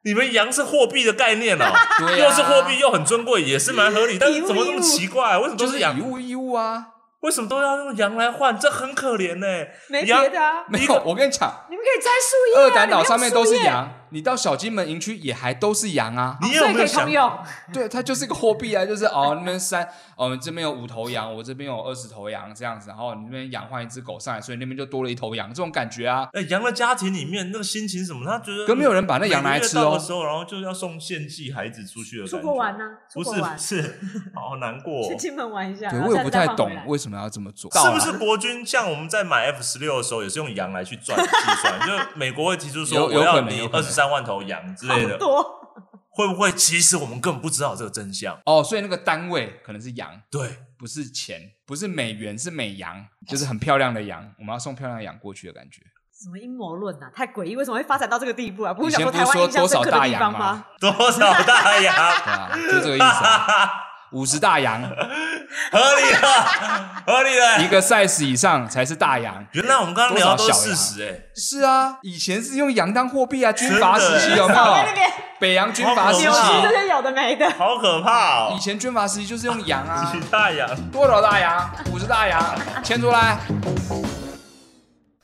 B: 你们羊是货币的概念哦，
A: [laughs] 对啊
B: 又是货币又很尊贵，也是蛮合理，但是怎么那么奇怪？啊为什么
A: 就
B: 都
A: 是
B: 是
A: 以
B: 羊？
A: 物易物啊。
B: 为什么都要用羊来换？这很可怜欸呢。
C: 没
B: 羊
C: 别的啊，
A: 没
B: 一个
A: 有，我跟你讲，
C: 你们可以摘树叶、啊。
A: 二胆
C: 你们
A: 岛
C: 用
A: 上面都
C: 树
A: 是
C: 叶，
A: 羊，你到小金门营区也还都是羊啊。
B: 你有
C: 所
B: 没
C: 以可
B: 有
C: 以
B: 想
C: 通？用。
A: 对，它就是一个货币啊，就是哦，那边三，哦，你这边有五头羊，我这边有二十头羊这样子，然后你那边养换一只狗上来，所以那边就多了一头羊，这种感觉啊。
B: 哎，羊的家庭里面那个心情什么？他觉得
A: 可没有人把那羊拿来吃
B: 每个月到
A: 哦
B: 的。时候，然后就要送献祭孩子出去的
C: 出
B: 感
C: 国
B: 觉。
C: 玩呢、出
B: 不
C: 国
B: 是
C: 玩
B: 不，是，好难过
C: 去
B: 哦。
C: 金门玩一下。
A: 对
C: 然后
A: 我也
C: 下
A: 不
C: 次再
A: 太
C: 放
A: 懂
C: 回来
A: 为什么要这么做，
B: 是不是国军像我们在买 F 十六的时候，也是用羊来去赚计算？就美国会提出说
A: 有
B: 我
A: 有可
B: 要
A: 能
B: 你
A: 有可
B: 二
A: 能
B: 十三万头羊之类
C: 好
B: 的，
C: 多
B: [laughs] 会不会其实我们根本不知道这个真相？
A: 哦？所以那个单位可能是羊，
B: 对，
A: 不是钱，不是美元，是美羊，就是很漂亮的羊，我们要送漂亮的羊过去的感觉。
C: 什么阴谋论啊，太诡异！为什么会发展到这个地步啊？不
A: 以
C: 是想
A: 前不
C: 台
A: 是
C: 湾
A: 说
C: 印象
A: 多
C: 深
A: 少
C: 刻的
A: 大
C: 地方
A: 洋
C: 吗？？
B: 多少大
A: 对
B: 羊？ [laughs]
A: 啊，就这个意思、啊，五十大洋，
B: 合理了，合理
A: 一
B: 了。
A: 个 size 以上才是大洋。
B: 原来我们刚刚聊的都
A: 多
B: 是
A: 少小
B: 事
A: 羊
B: 实哎，
A: 是啊，以前是用羊当货币啊，军阀时期
B: 真的
A: 有没啊
C: 少在那边
A: 有？北洋军阀时
B: 好
C: 扭
B: 可怕
C: 曲
A: 期，
C: 这些有的没的，
B: 好可怕
A: 以
B: 哦！
A: 前军阀时期就是用羊
B: [laughs]
A: 啊，
B: 几大羊？
A: 多少大洋？五十大洋，牵出来。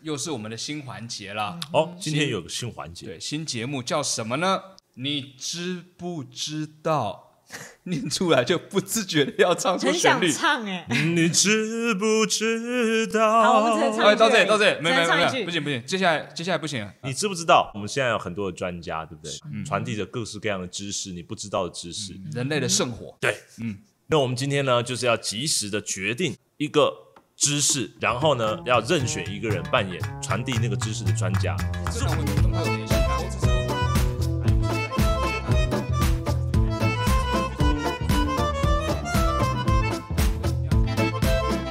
A: 又是我们的新环节了，
B: 哦，今天有个新环节，
A: 对，新节目叫什么呢？你知不知道？ [laughs] 念出来就不自觉的要唱出
C: 很
A: 旋
C: 想
A: 律。
C: 唱哎、
B: 你知不知
C: 好我们只能
B: 道
C: 唱？
A: 哎，到这里，到这里，没有没
C: 只能
A: 有
C: 唱
A: 没有，
C: 一句
A: 不行不行，接下来接下来不行了，
B: 你知不知道？我们现在有很多的专家，对不对？
C: 嗯
B: 传递着各式各样的知识，你不知道的知识。
A: 人类的圣火。
B: 对，嗯。那我们今天呢，就是要及时的决定一个知识，然后呢，要任选一个人扮演传递那个知识的专家。
A: 这种问题很好联系啊这是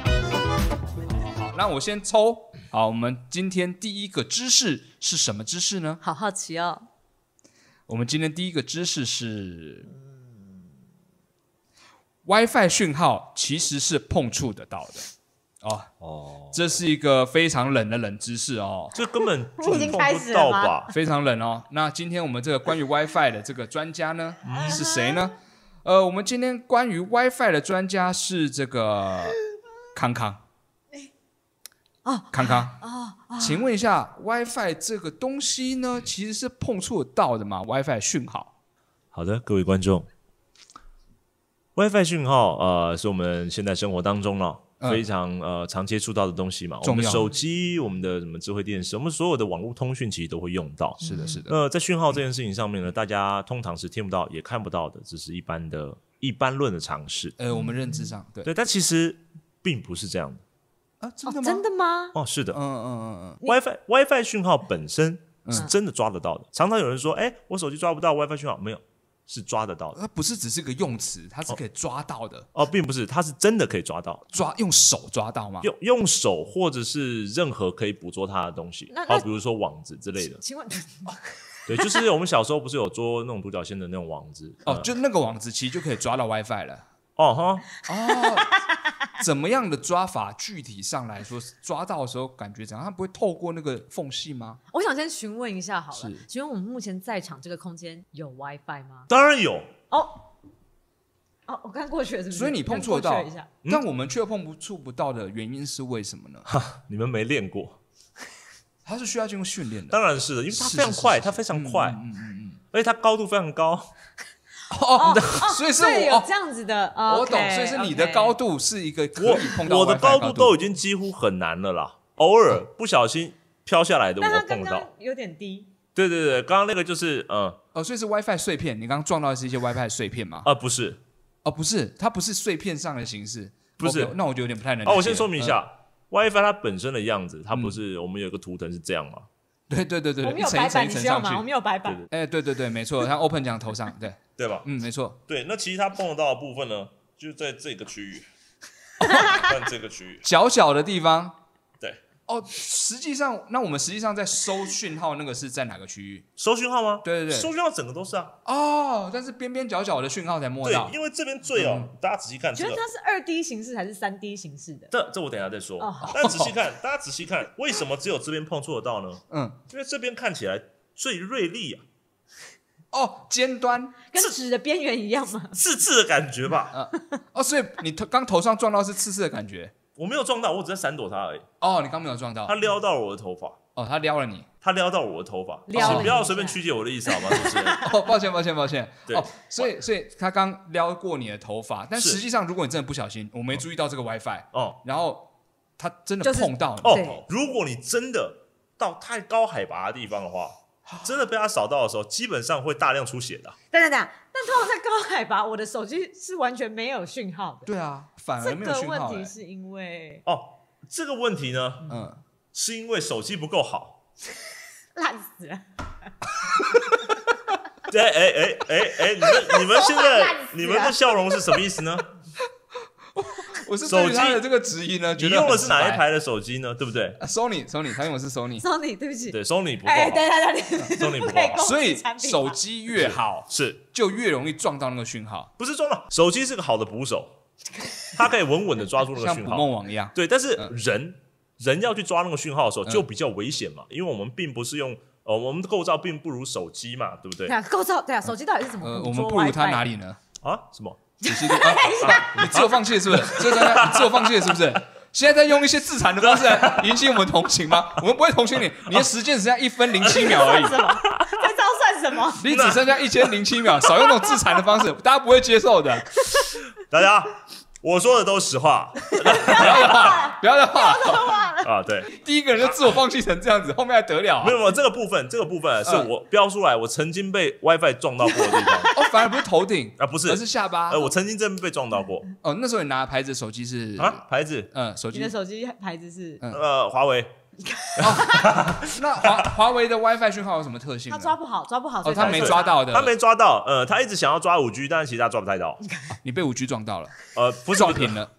A: 好好好那我先抽。好，我们今天第一个知识是什么知识呢？
C: 好好奇哦，
A: 我们今天第一个知识是 WiFi 讯号其实是碰触得到的。哦，
B: 哦，
A: 这是一个非常冷的冷知识哦，
B: 这根
C: [laughs]
B: 本
C: 已
B: 触
C: 经
B: 碰
C: 开
B: 不
C: 始
B: 到
C: 了吗 [laughs]
B: 吧？
A: 非常冷哦。那今天我们这个关于 WiFi 的这个专家呢，
C: 嗯
A: 是谁呢？呃，我们今天关于 WiFi 的专家是这
C: [laughs]
A: 个康康。
C: 哦，
A: 康康，
C: 哦，
A: 请问一下，WiFi 这个东西呢，其实是碰触得到的嘛？WiFi 讯号，
B: 好的，各位观众，WiFi 讯号呃是我们现在生活当中呢、
A: 嗯
B: 非常呃常接触到的东西嘛，我
A: 重
B: 们的
A: 要
B: 手机、我们的什么智慧电视，我们所有的网络通讯其实都会用到。
A: 是的，是的，
B: 那在讯号这件事情上面呢，大家通常是听不到也看不到的，这是一般的一般论的常识。
A: 呃，我们认知上对
B: 对，但其实并不是这样的
A: 啊，真
C: 哦
A: 的吗？
C: 真的吗？
B: 哦，是的
A: 嗯，嗯嗯嗯，
B: WiFi WiFi 讯号本身是
A: 嗯
B: 真的抓得到的。常常有人说，哎、我手机抓不到 WiFi 讯号，没有，是抓得到的
A: 它呃不是只是个用词，它是可以抓到的，
B: 哦，并不是，它是真的可以抓到，
A: 抓用手抓到吗？
B: 用用手或者是任何可以捕捉它的东西
C: 那，那。
B: 好，比如说网子之类的
A: 哦
C: [laughs] 请问，
B: 对，就是我们小时候不是有捉那种独角仙的那种网子
A: 哦
B: 呃，
A: 就那个网址其实就可以抓到 WiFi 了。
B: 哦哈，
A: 哦，怎么样的抓法？具体上来说，抓到的时候感觉怎样？它不会透过那个缝隙吗？
C: 我想先询问一下好了
A: 是，
C: 请问我们目前在场这个空间有 WiFi 吗？
B: 当然有，
C: 哦，哦，我刚过去了，是不是？
A: 所以你碰触得
C: 刚过
A: 到
C: 去了一下，
B: 嗯
A: 但我们却碰不触不到的原因是为什么
B: [laughs]
A: 呢？
B: 你们没练过。
A: 它是需要经过训练的。
B: 当然是的，因为它
A: 是
B: 非常
A: 是是
B: 快，
A: 是
B: 它非常快，
A: 嗯嗯嗯嗯
B: 而且它高度非常高。
A: 哦， [laughs] 所以是
C: 对，
A: 我
C: 有
A: 哦
C: 这样子的，
A: 我懂，所以是你的高度是一个可以碰
B: 我
A: 到
B: 我
A: WiFi
B: 的
A: 的高嗯
B: 度都已经几乎很难了啦，偶尔不小心飘下来的
C: 但
B: 我
C: 它
B: 碰
C: 刚
B: 不到
C: 刚。有点低，
B: 对对对，刚刚那个就是嗯
A: 哦，所以是 WiFi 碎片。你刚刚撞到的是一些 WiFi 碎片吗？
B: 啊不是
A: 哦，不是，它不是碎片上的形式，
B: 不是
A: OK，那我就有点不太能理解
B: 啊，
A: 了。
B: 我先说明
A: 嗯，
B: 一下，WiFi 它本身的样子，它不是我们有一个图腾是这样嘛？
A: 对对对对，
C: 我
A: 对
C: 们
A: 一
C: 有
A: 层一
C: 白
A: 层一
C: 板，你
A: 层
C: 需要
A: 上
C: 吗？我们
A: 去。
C: 有白
B: 对
C: 板，
A: 哎，对对对，没错，像 Open 讲头上，对，
B: 对吧？
A: 嗯，没错。
B: 对，那其实它碰到的部分呢，就在这个区
C: [laughs]
B: 域，看这个区域，
A: 小小的地方。
B: 对，
A: 哦，实际上，那我们实际上在收讯号那个是在哪个区域？
B: 收讯号吗？
A: 对对对
B: 收讯号整个都是啊。
A: 哦，但是边边角角的讯号才摸
B: 对
A: 到，。
B: 因为这边最哦，大家仔细看
C: 觉
B: 这
C: 得
B: 个，
C: 它是二 D 形式还是三 D 形式的？
B: 这这我等一下再说
C: 哦好。
B: 大家仔细看，大家仔细看，为什么只有这边碰触得到呢？
A: 嗯，
B: 因为这边看起来最锐利啊，
A: 哦，尖端。
C: 跟
B: 是
C: 纸的边缘一样
A: [laughs]
C: 吗？
B: 刺刺的感觉吧。
A: 哦，所以你头刚头上撞到是刺刺的感觉。
B: 我没有撞到，我只在闪躲它而已。
A: 哦，你刚没有撞到
B: 它。撩到了我的头发，
A: 哦，他撩了你。
B: 它撩到了我的头发，啊
C: 撩
A: 了
B: 请不要
C: 一
B: 随便
C: 下
B: 曲解我的意思好吗？主持
C: [laughs]
B: 人，
A: 哦，抱歉，抱歉，抱歉。
B: 对
A: 哦，所以所以他刚撩过你的头发，但
B: 是
A: 实际上如果你真的不小心，我没注意到这个 WiFi，
B: 哦
A: 然后他真的
C: 就是
A: 碰到你。
B: 哦
C: 对，
B: 如果你真的到太高海拔的地方的话，真的被它扫到的时候，基本上会大量出血的。
C: 等等等，但通常在高海拔，我的手机是完全没有讯号的。
A: 对啊，反而
C: 这
A: 没有
C: 个
A: 讯
C: 问
A: 号、
C: 题
A: 欸。
C: 是因为
B: 哦，这个问题呢，
A: 嗯。
B: 是因为手机不够好。 [laughs]
C: 烂死了，
B: 哎哎哎哎哎，你们你们现在
C: [laughs] 烂死了
B: 你们的笑容是什么意思呢？
A: 我是对于他的这个质疑呢，[laughs]
B: 你
A: 觉得
B: 用的是哪一
A: 很直白
B: 排的手机呢？对不对？
A: 啊？Sony Sony，他用的是 Sony，
C: 送你，对不起。
B: 对，Sony 不够
C: 哎，
B: 好，
C: 等
A: [laughs] 啊
C: 一下等一下，
B: Sony 不
C: [laughs] 不
B: 够
C: 可以
B: 好
C: 攻
A: 所
C: 击
A: 以
C: 产品
A: 手
C: 吧
A: 机越好
B: 是
A: 就越容易撞到那个讯号，
B: 不是撞了？手机是个好的捕手，它可以稳稳的抓住那
A: [laughs]
B: 个
A: 像
B: 讯
A: 捕
B: 号。
A: 梦网一样。
B: 对，但是
A: 嗯
B: 人、人要去抓那个讯号的时候就比较危险嘛，因为我们并不是用呃，我们的构造并不如手机嘛，对不对
C: 对？啊，构造对啊，手机到底是怎么
A: 呃，
C: 捕
A: 我们
C: 捉
A: 不如他
C: WiFi
A: 哪里呢？
B: 啊，什么？
A: 仔细听啊啊！你自我放弃了是
C: [laughs]
A: 不是？这真的你自我放弃了是不是？现在在用一些自残的方式来引起我们同情吗？我们不会同情你，你的时间只剩下一分零七秒
C: [laughs]
A: 而已
C: 算，什么？
A: [laughs]
C: 这招算什么？
A: 你只剩下一千零七秒，少用那种自残的方式，大家不会接受的。
B: 大家，我说的都实话 [laughs]
A: 不要的话，不要的话，
B: 啊，对，
A: 第一个人就自我放弃成这样子，后面还得了啊
B: 没？有没有，这个部分这个部
A: 嗯
B: 分啊是我标出来，我曾经被 WiFi 撞到过的
A: [laughs]
B: 地方
A: 哦，反而不是头顶，
B: 啊，不是
A: 而，是下巴
B: 呃，。我曾经真的被撞到过
A: 哦，那时候你拿的牌子手机是
B: 啊，牌子
A: 嗯，手
C: 你
A: 机
C: 的。手机牌子是
A: 嗯
B: 呃，华为
A: [laughs] 那华华为的 WiFi 讯号有什么特性
C: 他
A: 呢？
C: 抓不好，抓不好，所
A: 哦，
C: 以
A: 他
C: 才
A: 没
C: 手
A: 抓到的，
B: 他没抓到，呃，他一直想要抓五 G，但是其实他抓不太到，
A: 你被五 G 撞到了，
B: 呃，不是
A: 撞平，了。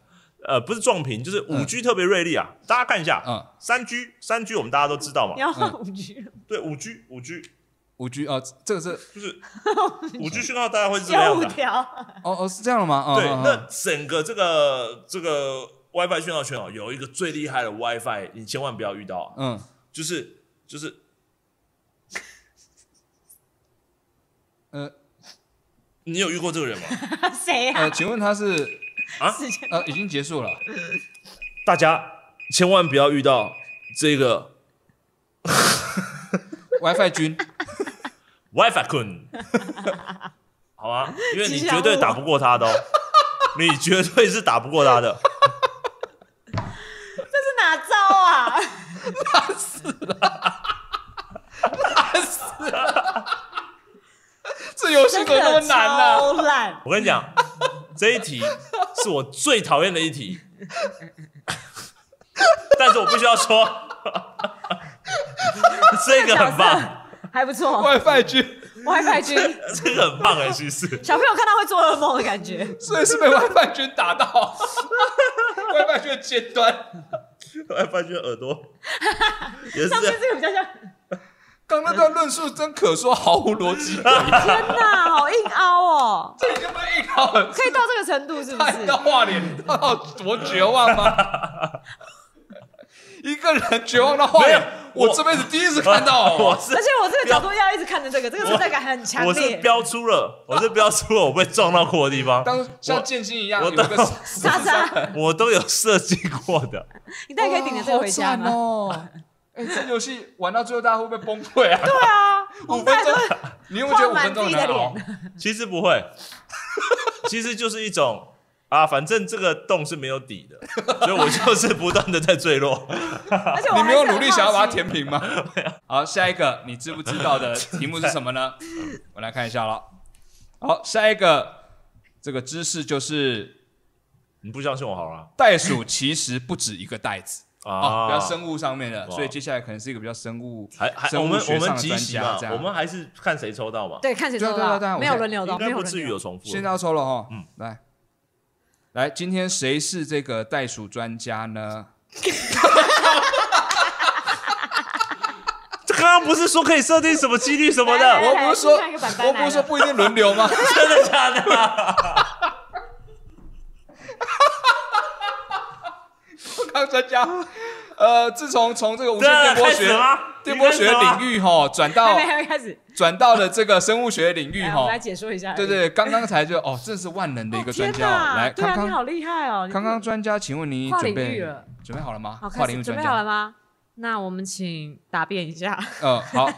B: 呃，不是撞屏，就是五 G 特别锐利啊，大家看一下，
A: 嗯，
B: 三 G 三 G 我们大家都知道嘛
C: 你，要换五
A: [laughs]
C: G，
B: 对，五 G 五
C: [laughs]
B: G
A: 五 G 哦，这个是
B: 就是五 G 讯号，大概会是这个
C: 要
B: 样
C: 五
B: 的啊。
C: 条， [laughs]
A: 嗯哦哦是这样了吗？哦
B: 对，
A: 哦哦
B: 那整个这个这个 WiFi 讯号圈哦，有一个最厉害的 WiFi，你千万不要遇到，啊
A: 嗯，
B: 就是就是
A: 呃
B: 你有遇过这个人吗？ [laughs]
C: 谁呀、
A: 呃，请问他是
B: 啊
C: 时间 [laughs]
A: 呃已经结束了？
B: 大家千万不要遇到这个
A: WiFi 君，
B: WiFi
C: [laughs]
B: 君，好啊，因为你
C: 吉祥
B: 绝对
C: 物
B: 打不过他
C: [laughs]
B: 的、哦，你绝对是打不过他的。
C: 这是哪招
A: [laughs]
C: 啊？
A: [laughs] 这游戏
C: 真
A: 怎么那
C: 的
A: 么难啊 [laughs] 呢、
C: 超烂，
B: 我跟你讲，这一题是我最讨厌的一题， [laughs] 但是我必须要说， [laughs] 这个很棒，
C: 还不错
A: w i f i 君，[laughs]
C: ，WiFi 君，
B: 这个很棒哎、其实
C: 小朋友看到会做噩梦的感觉。
A: 所以 [laughs] 是被啊 WiFi 君打到 [laughs] ，WiFi 君的尖端。
B: 我还发觉耳朵也是
C: 上
B: 这样。
C: 面这个比较像，
A: 刚刚那段论述真可说毫无逻 [laughs] 辑，
C: 天哪，好硬
A: [laughs]
C: 凹哦，
A: 这已经被硬到很
C: 可以到这个程度是不
A: 看
C: 是？
A: 到画脸到多绝望吗？
B: [laughs]
A: 一个人绝望到画
B: 没有
A: 脸，
B: 我
A: 我这辈子第一次看到
B: 我
A: 哦。
B: 是
C: 而且我这个角度要一直看着这个，这个存在感很强
B: 我是
C: 烈。
B: 标出了，我是标出了我被撞到过的地方，
A: 当像剑心一样，
B: 我
A: 有一个
B: 我
A: 杀
C: 莎莎，
B: 我都有设计过的。
C: 你大概可以顶着这个回家吗？
A: 哦！哎，这游戏玩到最后，大家会不会崩溃
C: [laughs]
A: 啊？
C: 对啊，
A: 五
C: 我们大
A: 分
C: 家
A: 钟
C: 都会，
A: 你有没有觉得五分钟很难啊哦
C: 画
A: 熬
C: 满自？
A: [laughs]
B: 其实不会， [laughs] 其实就是一种啊，反正这个洞是没有底的，所以我就是不断的在坠落。
C: 而且我
A: 你
C: 还
A: 没
C: 是
A: 有
C: 很
A: 努力想要把
C: 好
A: 它
C: 奇
A: 填平吗？好，下一个你知不知道的题目是什么
C: [laughs]
A: 呢？我来看一下了。好，下一个这个知识就是
B: 你不相信我好了
A: 袋鼠其实不止一个袋子。
B: 啊
A: 哦，比较生物上面的，
B: 哇
A: 所以接下来可能是一个比较生物，
B: 还还
A: 生
B: 我
A: 物
B: 们我
A: 学
B: 们
A: 上的
B: 集
A: 专
B: 齐
A: 家
B: 嘛
A: 这，样。
B: 我们还是看谁抽到嘛，
C: 对，看谁抽
A: 对啊对啊
C: 到
A: 对啊，
C: 没有
A: 我
C: 轮流的，
B: 应
C: 没
B: 该
C: 有
B: 不
C: 轮
B: 至于
C: 流
B: 有。重复。
A: 现在要抽了哈，
B: 嗯，
A: 来，来，今天谁是这个袋鼠专家呢？
B: 这刚刚不是说可以设定什么几率什么
C: 来来
B: 的？
A: 我不是说，
C: 另外一个版本
A: 我不是说不一定轮
C: [laughs]
A: 流吗？
B: 真的假的
A: [laughs]
B: 啊？
A: 康专家，呃，自从从这个无
B: 真
A: 线
B: 的
A: 电波
B: 开始
A: 学
B: 吗？
A: 电波学领
B: 域
A: 域哈，转到
C: 还 [laughs] 没还没
A: [laughs]
C: 开始，
A: 转到了这个生物学领域
C: 来我
A: 哈
C: 们来，解说一下。
A: 对，对，刚刚才就哦，这是万能的一个专家
C: 哦
A: 哦，来，
C: 天
A: 康
C: 哪对啊，
A: 康
C: 你好厉害哦！你
A: 康康专家，请问你
C: 跨
A: 准
C: 领
A: 备
C: 域了，
A: 准备好了吗？
C: 好，
A: 跨
C: 开
A: 领
C: 始
A: 域
C: 准
A: 专
C: 备好了
A: 家，
C: 吗？那我们请答辩一下， [laughs]
A: 呃，好，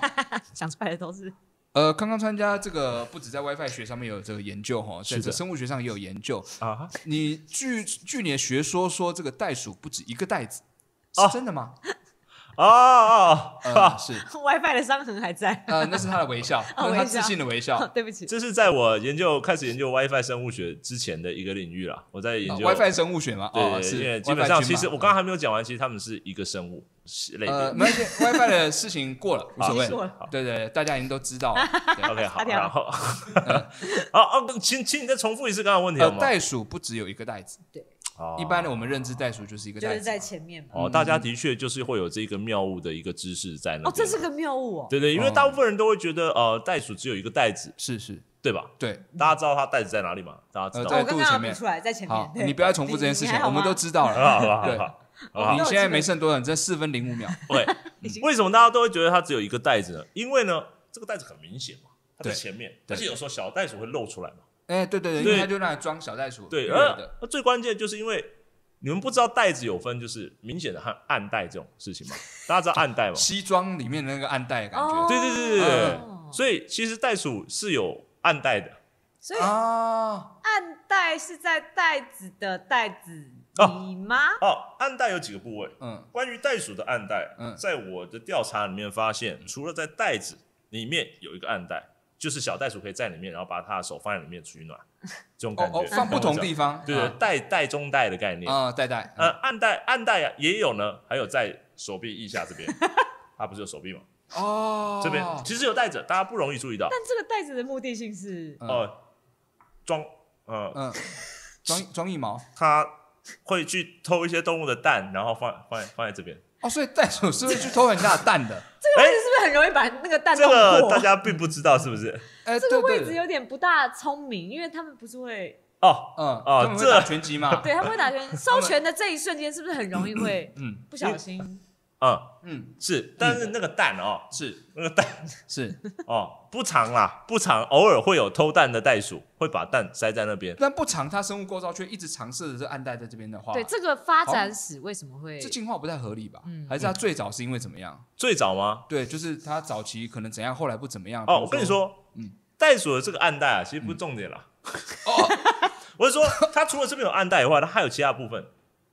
C: 想出来的都是 [laughs]
A: 呃，康康专家这个不止在 WiFi 学上面有这个研究哈，在
B: 是
A: 这
B: 的
A: 生物学上也有研究。
B: 啊，
A: 你据据你的学说说，这个袋鼠不止一个袋子，是
B: 哦
A: 真的
C: [laughs]
A: 吗？
B: 哦哦，
A: 呃，
B: 啊
A: 是，
C: WiFi 的伤痕还在。
A: 呃，那是他的微笑，那是他自信的微
C: [laughs]
A: 笑。
C: 哦
A: 呃
C: 对不起，
B: 这是在我研究开始研究 WiFi 生物学之前的一个领域啦。我在研究
A: 哦 WiFi 生物学嘛，哦，
B: 对，
A: 是
B: 因为基本上
A: WiFi
B: 其实
A: 群嘛嗯
B: 我刚刚还没有讲完，其实他们是一个生物是类
A: 呃，
B: 别。
A: 没关系，WiFi 的事情过了，无所
C: [laughs] 结束
A: 谓
C: 了。
A: 对对，对大家已经都知道了。对
B: OK，好，
C: 差点
B: 然后， [laughs] 好哦，请请你再重复一次刚刚的问题好
A: 嗯呃，
B: 吗？
A: 袋鼠不只有一个袋子，
B: 哦
A: 一般的我们认知袋鼠就是一个
C: 就
A: 袋
C: 是
A: 子
C: 在
A: 嘛。
C: 前面嘛。
B: 哦，大家的确就是会有这个妙物的一个知识在那边。
C: 嗯哦，这是个谬误哦。
B: 对对，因为
A: 哦
B: 大部分人都会觉得呃，袋鼠只有一个袋子，
A: 是是，
B: 对吧？
A: 对，
B: 大家知道它袋子在哪里吗？大家知
A: 呃
B: 道
A: 在
C: 哦我
B: 吗。
C: 刚
A: 肚子前
C: 刚
A: 面
C: 要补出来，在前
A: 好
C: 面，。
A: 你不要重复这件事
C: 你
A: 情
C: 你，还好
A: 我们
C: 吗
A: 都知道
B: 很啊好，
A: 了。
B: 很好，
A: 对
B: 很好，很
A: 你
B: 好。
A: 现在没剩多少，你剩四分零五秒。
B: 对，
C: [laughs] 已经
B: 为什么大家都会觉得它只有一个袋子呢？因为呢，这个袋子很明显嘛，它在
A: 对
B: 前面，
A: 对
B: 而且有时候小袋鼠会露出来嘛。
A: 哎，对对对，因
B: 对
A: 为他就让你装小袋鼠，
B: 对，呃
A: 对的。
B: 而最关键就是因为你们不知道袋子有分，就是明显的和暗袋这种事情嘛。大家知道暗
C: [laughs]
B: 袋吗？
A: 西装里面的那个暗袋的感
C: 哦
A: 觉。
B: 对对对对对
C: 哦，
B: 所以其实袋鼠是有暗袋的
C: 所以
A: 啊，
C: 暗袋是在袋子的袋子里吗？
B: 哦。暗袋有几个部位？
A: 嗯，
B: 关于袋鼠的暗袋，
A: 嗯
B: 在我的调查里面发现，除了在袋子里面有一个暗袋，就是小袋鼠可以在里面，然后把它的手放在里面
A: [laughs]
B: 取暖，这种
A: 哦
B: 感觉。
A: 哦，放不同地方，嗯
B: 对对，袋袋中袋的概念。
A: 啊，袋袋，
B: 呃，暗袋暗袋啊也有呢，还有在手臂腋下这边， [laughs] 它不是有手臂吗？
A: 哦，
B: 这边其实有袋子，大家不容易注意到
C: 但这个袋子的目的性是
A: 嗯
B: 哦。装呃，
A: 嗯，装装一毛
B: 它会去偷一些动物的蛋，然后放放在放在这边。
A: 哦，所以袋鼠是会去偷人家的蛋
C: [laughs]
A: 的，
B: 哎，
C: 是不是很容易把那个蛋
B: 这
C: 弄
B: 个
C: 破？
B: 大家并不知道是不是？
A: 哎，
C: 这
A: 对
C: 个
A: 对
C: 位置
A: 对，
C: 有点不大聪明，因为他们不是会
B: 哦，
A: 嗯
B: 哦
A: 他们会
B: 这
A: 打拳击嘛，
C: 对，他们会打拳，授权的这一瞬间是不是很容易会
A: 嗯
C: 不小心？
B: 嗯，
A: 嗯，
B: 是，但是那个蛋哦，
A: 是
B: 那个蛋
A: 是，
B: 哦，不常啦，不常，偶尔会有偷蛋的袋鼠会把蛋塞在那边。
A: 但不长，它生物构造却一直尝试着这暗带在这边的话，
C: 对，这个发展史为什么会
A: 这？进化不太合理吧？
C: 嗯
A: 还是它最早是因为怎么样？
B: 最早吗？
A: 对，就是它早期可能怎样，后啊来不嗯怎么样。
B: 哦，我跟你
A: 说，
B: 说，袋鼠的这个暗袋啊，其实不是重
A: [laughs]
B: 点啦。 [laughs] 我是说，它除了这边有暗袋以外，它还有其他部分。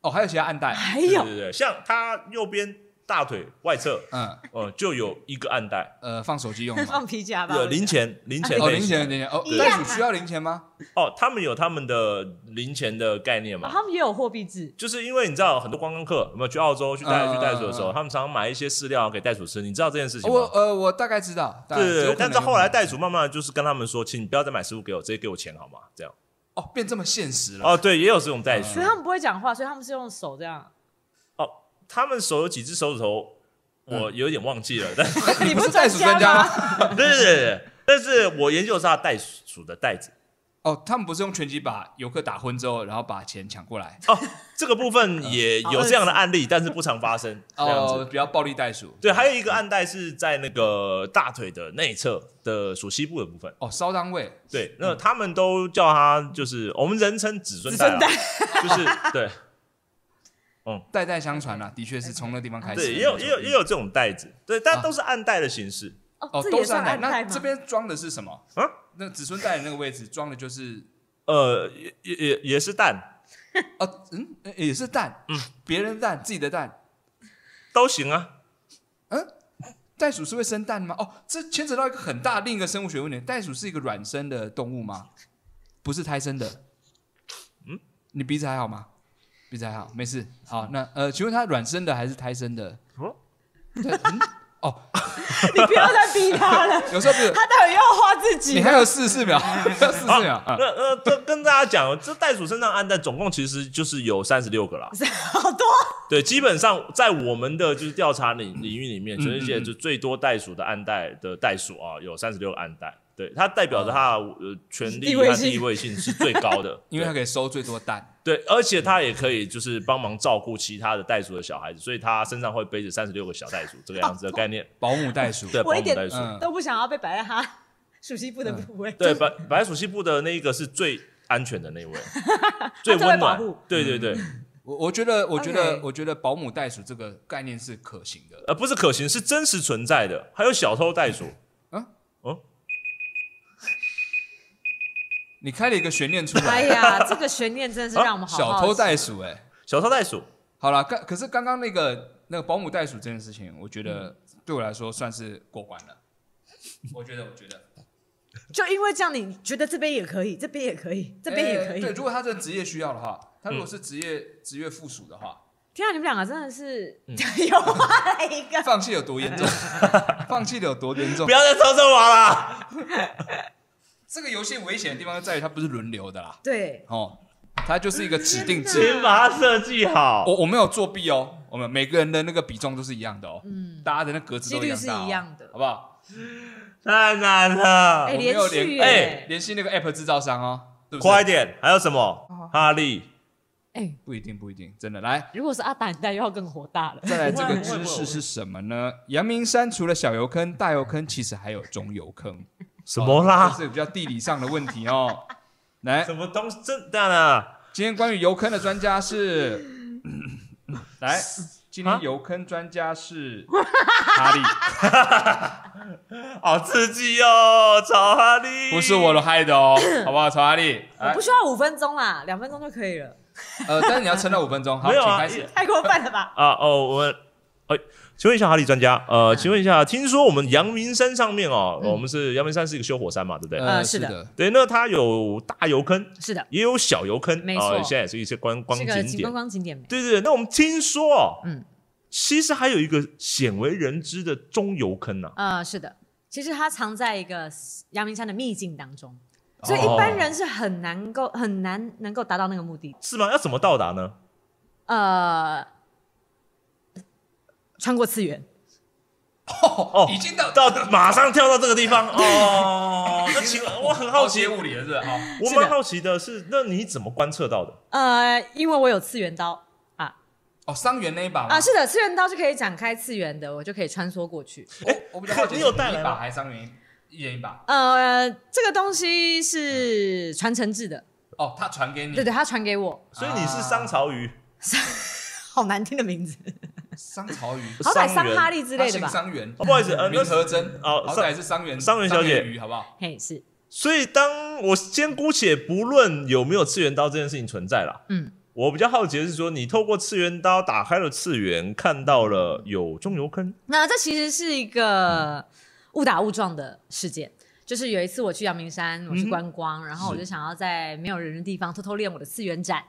A: 哦，还有其他暗
C: [laughs]
A: 带，
C: 还
B: 对
C: 有
B: 对对，像它右边大腿外侧，
A: 嗯
B: 呃，就有一个暗袋，
A: 呃，放手机用的吗。
C: [laughs] 放皮夹吧，
B: 有零钱，零钱
A: 哦，
B: 类
A: 零
B: 型
A: 钱，零钱哦，
C: 一样
A: 袋
C: 啊
A: 鼠需要零钱吗？
B: 哦，他们有他们的零钱的概念
C: 哦
B: 嘛？
C: 他们也有货币制，
B: 就是因为你知道很多观光客有没有去澳洲去带
A: 嗯
B: 去袋鼠的时
A: 嗯嗯
B: 候，他们常常买一些饲料给袋鼠吃，你知道这件事情
A: 我
B: 吗？
A: 呃，我大概知道，大
B: 对
A: 概
B: 啊对
A: 有
B: 对
A: 可，能嗯
B: 但是后来
A: 有可能
B: 袋鼠慢慢地就是跟他们说，请你不要再买食物给我，直接给我钱好吗？这样
A: 哦变这么现实了 [laughs]
B: 哦，对，也有这种
A: 嗯
B: 袋鼠
C: 所以他们不会讲话，所以他们是用手这样。
B: 哦，他们手有几只手指头，
A: 嗯
B: 我有点忘记了，但
A: [laughs]
C: 你
A: 不是
C: 不是
A: 袋鼠专家
C: 专
A: 吗？
B: 对对对对，但是我研究的是它袋鼠的袋子
A: 哦，他们不是用拳击把游客打昏之后，然后把钱抢过来？
B: 哦，这个部分也有这样的案例，但是不常发生这样子
A: 哦，。比较暴力袋鼠。
B: 对，还有一个暗袋是在那个大腿的内侧的属膝部的部分。
A: 哦，烧当位
B: 对，那他们都叫它就是我们人称子孙袋啦，就是对
A: 代代相传啊啦，的确是从那地方开始。
B: 对，也有也有也有这种袋子，对，但
A: 啊
B: 都是暗袋的形式。
C: 哦
A: 哦，
C: 这
A: 都
C: 也
A: 是
C: 算
A: 暗袋。
C: 暗
A: 那
C: 袋吗？
A: 这边装的是什么？
B: 啊，
A: 那子孙袋的那个位置装的就是
B: 呃，也也也也是蛋，
A: 哦，嗯，呃也是蛋，嗯，别人的蛋，自己的蛋。
B: 都行啊。
A: 袋鼠是会生蛋吗？哦，这牵扯到一个很大另一个生物学问题。袋鼠是一个卵生的动物吗？不是胎生的。嗯，你鼻子还好吗？鼻子还好，没事。好，那呃，请问它卵生的还是胎生的？
B: 哦
A: 对嗯哦，
C: [laughs] 你不要再逼他了，
A: 有时候不是，
C: [laughs] 他到底要画自
A: 你
C: 己
A: 还？有四十
C: [laughs]
A: 秒，四十秒
B: 那
A: 啊。
B: 那这跟大家讲，这袋鼠身上暗袋总共其实就是有三十六个啦。
C: 好多，
B: 对，基本上在我们的就是调查领领域里面，
A: 嗯，
B: 全世界就最多袋鼠的暗袋的袋鼠啊，有三十六个暗袋，对，它代表着它的呃权
C: 地
B: 力
C: 位
B: 和
C: 性
B: 地位性是最高的
A: [laughs] 因为它可
B: 对
A: 以收最多蛋。
B: 对，而且它也可以就是帮忙照顾其他的袋鼠的小孩子，所以它身上会背着三十六个小袋鼠这个样子的概念，
A: 保姆袋鼠，
B: 对，保
C: [laughs] 我一
B: 姆
C: 点
B: 袋鼠，
A: 嗯
C: 都不想要被摆在他 [laughs] 熟悉部的部
A: [laughs]
C: 位。
B: 对，白白鼠西部的那一个是最安全的那一
C: [laughs]
B: 位，最温
C: 保
B: 暖
C: 护，嗯
B: 对对对，
A: 我我觉得，我觉得
C: OK
A: 我觉得保姆袋鼠这个概念是可行的。
B: 呃，不是可行，是真实存在的，还有小偷袋鼠，
A: 你开了一个悬念出来，
C: 哎呀，这个悬念真的是让我们好好
A: 小
C: 奇
A: 偷袋鼠、哎，
B: 小偷袋鼠。
A: 好了，刚可是刚刚那个那个保姆袋鼠这件事情，我觉
B: 嗯
A: 得对我来说算是过关
B: [laughs]
A: 了。我觉得，我觉得
C: 就因为这样，你觉得这边也可以，这边也可以，这边也可
A: 哎
C: 以。
A: 对，如果他这职业需要的话，他如果是职业
B: 嗯
A: 职业附属的话，
C: 天啊，你们两个真的是
A: 嗯
C: [laughs] 又画了一
A: [laughs]
C: 个。
A: 放弃有多严
B: [laughs]
A: 重？放弃的有多严重
B: 不？要再偷偷玩啦！
A: 这个游戏危险的地方就在于它不是轮流的啦，
C: 对，
A: 哦，它就是一个指定制。
B: 请把它设计好。
A: 我我没有作弊哦，我们每个人的那个比重都是一样的哦，嗯，大家的那格子都样大、
C: 几率
A: 哦，
C: 是一样的
A: 好不好？
B: 太难了，
C: 哎
A: 我没有
C: 连续
A: 联
C: 耶
A: 哎联系那个 app 制造商哦，是不是
B: 快一点！还有什
C: 哦
B: 么？哈利，
C: 哎，
A: 不一定不一定，真的来。
C: 如果是阿达，你带又要更火大了。
A: 再来，这
B: 不
A: 个
B: 会不会
A: 知
B: 不
A: 识
B: 会
A: 是什么呢？阳明山除了小油坑、大油坑，其实还有中油坑。
B: 什么啦？
A: 这是比较地理上的问题哦。来
B: 什，么东西？真的啦？
A: 今天关于油坑的专家是，来，今
B: 啊
A: 天油坑专家是哈利，
B: 好刺激哦！找哈利，
A: 不是我的害的哦，好不好？曹哈利，
C: 我
A: 来
C: 不需要五分钟啦，两分钟就可以了，
A: 呃，但是你要撑到五分钟，好，
B: 没有
A: 请
B: 啊
A: 开始。
C: 太过分
A: [laughs]
C: 了吧？
B: 啊！哦，我们，哎，请问一下哈利专家，呃，请问一下，听说我们阳明山上面哦，我们是阳明山是一个修火山嘛，对不对？
A: 呃，
C: 是的
A: 的，
B: 对，那它有大油坑，
C: 是的，
B: 也有小油坑，
C: 没
B: 啊
C: 错
B: 现在也是一些观光
C: 这
B: 景
C: 个
B: 点
C: 观。光景点没。
B: 对对对，那我们听说，哦，
C: 嗯，
B: 其实还有一个鲜为人知的中油坑啊呐。
C: 呃，是的，其实它藏在一个阳明山的秘境当中，
B: 哦
C: 所以一般人是很难够很难能够达到那个目的。
B: 是吗？要怎么到达呢？
C: 呃，穿过次元，
A: 哦，已经到
B: 到马上跳到这个地方哦。那请问，我很好奇
A: 街，物理了，是吧？哦
B: 我蛮好奇的是，那你怎么观测到的？
C: 呃，因为我有次元刀
A: 哦，伤员那一把吗
C: 啊，是的，次元刀是可以展开次元的，我就可以穿梭过去。
A: 我我比较好奇，
B: 你有带来
A: 一
B: 吗
A: 把还是伤员一一人一把？
C: 呃，这个东西是传承制的，
A: 哦，他传给你，
C: 对对，他传给我，
B: 所以你是商朝鱼，
C: 好难听的名字，
A: 商朝鱼
C: [laughs] 好歹
B: 商
C: 桑
B: 人
C: 哈利之类的
A: 他姓
C: 吧？
A: 伤员
B: 哦，不好意思，呃，那
A: 明和珍
B: 哦
A: 好
B: 商
A: 歹是伤员
B: 伤员小姐
A: 伤鱼，好不好？
C: 嘿，是，
B: 所以当我先姑且不论有没有次元刀这件事情存在啦，
C: 嗯，
B: 我比较好奇的是说，你透过次元刀打开了次元，看到了有中油坑，
C: 那这其实是一个误打误撞的事件。就是有一次我去阳明山，我去观光，然后我就想要在没有人的地方偷偷练我的次元斩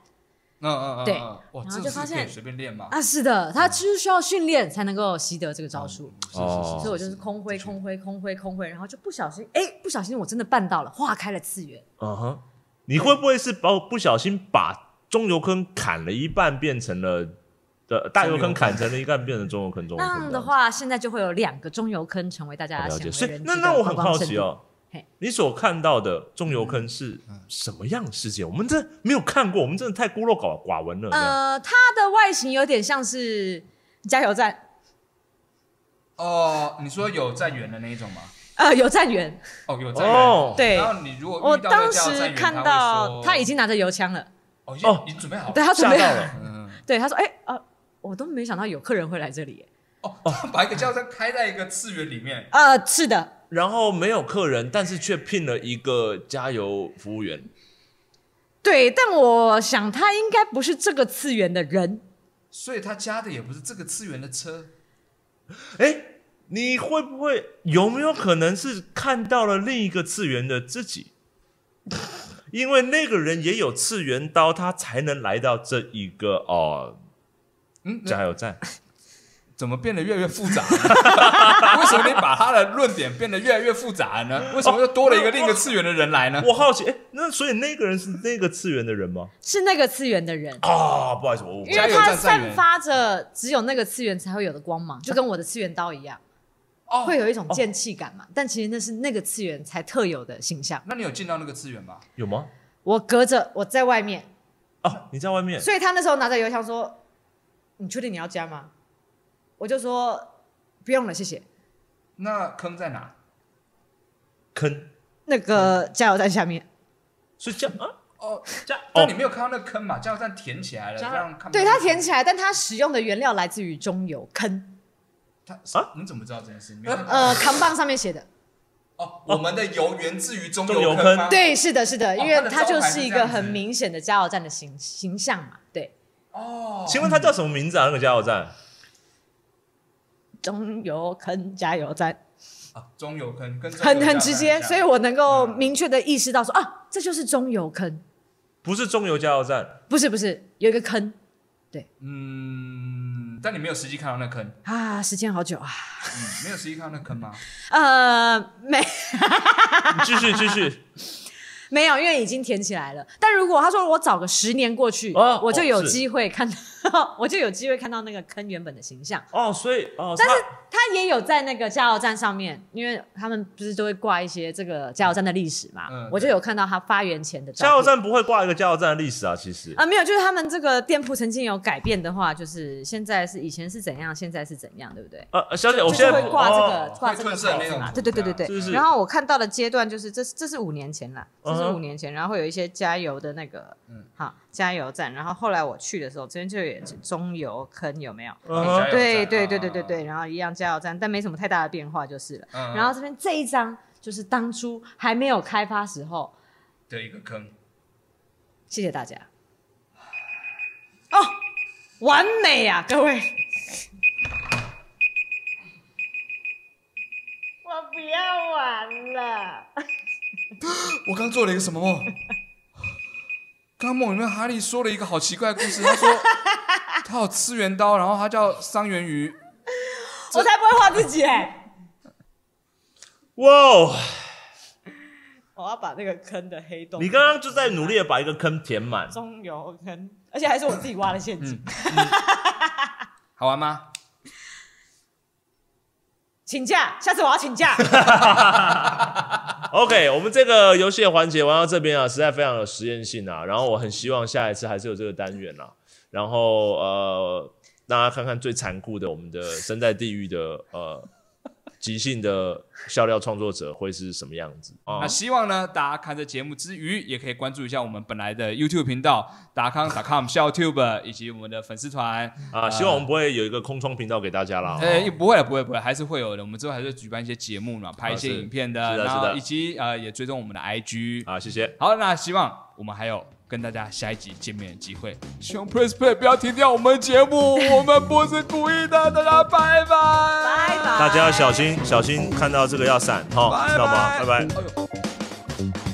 A: 嗯嗯嗯，
C: 对
A: 嗯嗯哇，
C: 然
A: 这
C: 后就
A: 个
C: 发
A: 是可以
C: 现
A: 随便练吗？
C: 啊。是的，它就是需要训练才能够习得这个招数。
A: 是是是，
B: 哦
C: 所以我就是空挥、空挥、空挥、空挥，然后就不小心，哎，不小心我真的办到了，化开了次元。
B: 嗯哼，你会不会是把不小心把中油坑砍了一半，变成了呃大油坑砍成了一半，变成中油坑中油
C: 那
B: 坑
C: 样
B: 这
C: 的
B: 样子
C: 话，现在就会有两个中油坑成为大家
B: 我哦了
C: 鲜
B: 解，
C: 为
B: 所以
C: 人知
B: 那
C: 的
B: 那我很
C: 观光
B: 好
C: 圣
B: 奇
C: 地。
B: 哦
C: 嘿，
B: 你所看到的中油坑是什么样的事件？我们真的没有看过，我们真的太孤陋寡寡闻了。这样
C: 呃，它的外形有点像是加油站， [laughs]
A: 哦，你说有站员的那一种吗？
C: 呃，有站员。
A: 哦，有站员。
B: 哦，
C: 对，
A: 然后你如果
C: 我
A: 遇到那
C: 当
A: 个加油站
C: 时
A: 员
C: 看
A: 他会
C: 到
A: 说
C: 他已经拿着油枪了，
A: 哦，已经
B: 哦
A: 已经准备好了
C: 对。他准
B: 吓
C: 备
B: 到，了。
A: 嗯，
C: [laughs] 对他说，哎，呃，我都没想到有客人会来这里耶。
A: 哦，他把一个加油站开在一个次元里面，
C: 呃，是的，
B: 然后没有客人，但是却聘了一个加油服务员。
C: 对，但我想他应该不是这个次元的人。
A: 所以他加的也不是这个次元的车。
B: 哎，你会不会有没有可能是看到了另一个次元的自 [laughs] 己？因为那个人也有次元刀，他才能来到这一个哦、
A: 嗯，那
B: 加油 [laughs] 站。
A: 怎么变得越来越复杂？ [laughs] 为什么你把他的论点变得越来越复杂呢？为什么又多了一个另一个次元的人来呢？
B: 我好奇，哎，那所以那个人是那个次元的人吗？
C: 是那个次元的人，
B: 啊，不好意思，我误
C: 因
B: 会。
A: 加
C: 为
A: 油
C: 它
A: 站站
C: 散
A: 员
C: 发着只有那个次元才会有的光芒，就跟我的次元刀一样，
A: 哦
C: 会有一种剑气感嘛。但其实那是那个次元才特有的形象。
A: 那你有进到那个次元吗？
B: 有吗？
C: 我隔着我在外面，
B: 哦，你在外面，
C: 所以他那时候拿着邮箱说：“你确定你要加吗？”我就说：“嗯不用了，谢谢。
A: 那坑在哪？
B: 坑，”
C: 那个加油站下面，
B: 所以这样啊，
A: 哦，
B: 这样
A: 但你
B: 哦，
A: 没有看到那坑嘛？加油站填起来了，这
B: 加
A: 样看不
C: 对
A: 到
C: 它填起来，但它使用的原料来自于中油坑，
A: 他
B: 啊
A: 啊？你怎么知道这件事？没有看到
C: 呃，扛棒上面写的。
A: 哦，我们的油源自于中
B: 中油
A: 油
B: 坑
A: 吗？
C: 对，是的，是的，因为
A: 哦它的
C: 它
A: 招牌
C: 就是一
A: 这
C: 个
A: 样子
C: 很明显的加油站的形形象嘛。对，
A: 哦，
B: 请问他叫什么名字啊？那个加油站？
C: 中油坑加油站。
A: 啊，中油坑跟中油
C: 很
A: 站嗯
C: 很直接，
A: 蛮像
C: 所以我能够明确的意识到说啊，这就是中油坑，
B: 不是中油加油站，
C: 不是不是，有一个坑
A: 嗯，但你没有实际看到那坑，嗯
C: 啊，时间好久啊，
A: 嗯，没有实际看到那坑吗？
C: 呃，没
B: 你继续继续。
C: 没有，因为已经填起来了。但如果他说我早个十年过去，
B: 哦
C: 我就
B: 哦
C: 有
B: 是
C: 机会看到， [laughs] 我就有机会看到那个坑原本的形象。
B: 哦，所以哦，
C: 但是
B: 他
C: 他也有在那个加油站上面，因为他们不是都会挂一些这个加油站的历史嘛，
A: 嗯
C: 我就有看到他发源前的照片
B: 加油站不会挂一个加油站的历史啊，其实。
C: 啊，没有，就是他们这个店铺曾经有改变的话，就是现在是以前是怎样，现在是怎样，对不对？
B: 呃，呃小姐，我
C: 就
B: 现
C: 是
B: 在
C: 会挂这个、
B: 哦
C: 挂这
A: 会
C: 个
A: 褪色
C: 牌
A: 那
C: 子
A: 种
C: 嘛，
A: 图
C: 对对对
A: 这
C: 对对。
A: 样
B: 是是
C: 然后我看到的阶段就是这是这是五年前啦，这是
B: 嗯哼
C: 五年前，然后有一些加油的那个，
A: 嗯
C: 好加油站。然后后来我去的时候，这边就有中油坑，有没有？
B: 嗯
A: 加油
B: 哼
A: 站
C: 对对对对对
B: 啊
C: 对，，然后一样加油站，但没什么太大的变化就是了。
A: 嗯
C: 然后这边这一张就是当初还没有开发时候，
A: 的一个坑，
C: 谢谢大家。哦，完美呀、各位！我不要玩了。
A: 我刚做了一个什么 [laughs] 梦？刚刚梦里面哈利说了一个好奇怪的故事，他说他有次元刀，然后他叫桑元鱼，
C: 我才不会画自己哎！
B: 哇哦，
C: [laughs] 我要把那个坑的黑洞
B: 你刚刚就在努力的把一个坑填满，
C: 中油坑，而且还是我自己挖的陷阱。
A: 好玩吗？
C: 请假，下次我要请 [laughs] 假。
B: OK，我们这个游戏的环节玩到这边啊，实在非常有实验性啊。然后我很希望下一次还是有这个单元啊。然后呃，大家看看最残酷的我们的身在地狱的呃即兴的笑料创作者会是什么样子啊
A: 那？希望呢，大家看这节目之余，也可以关注一下我们本来的 YouTube 频道达康 .com 笑 Tube，以及我们的粉丝团。
B: 啊，希望我们不会有一个空窗频道给大家啦。哦
A: 呃，不会了，不会，不会，还是会有的。我们之后还是会举办一些节目嘛，拍一些
B: 是
A: 影片
B: 是
A: 的，
B: 的
A: 然
B: 是
A: 后
B: 的
A: 以及呃，也追踪我们的 IG。
B: 啊，谢谢。
A: 好，那希望我们还有跟大家下一集见面的机会。希望 Press Play 不要停掉我们的节目，我们不是故意的，大家拜拜，
C: 拜拜
B: 大家要小心，小心看到这个要闪哈，
A: 拜拜，
B: 知道吗？拜拜。
A: 哎呦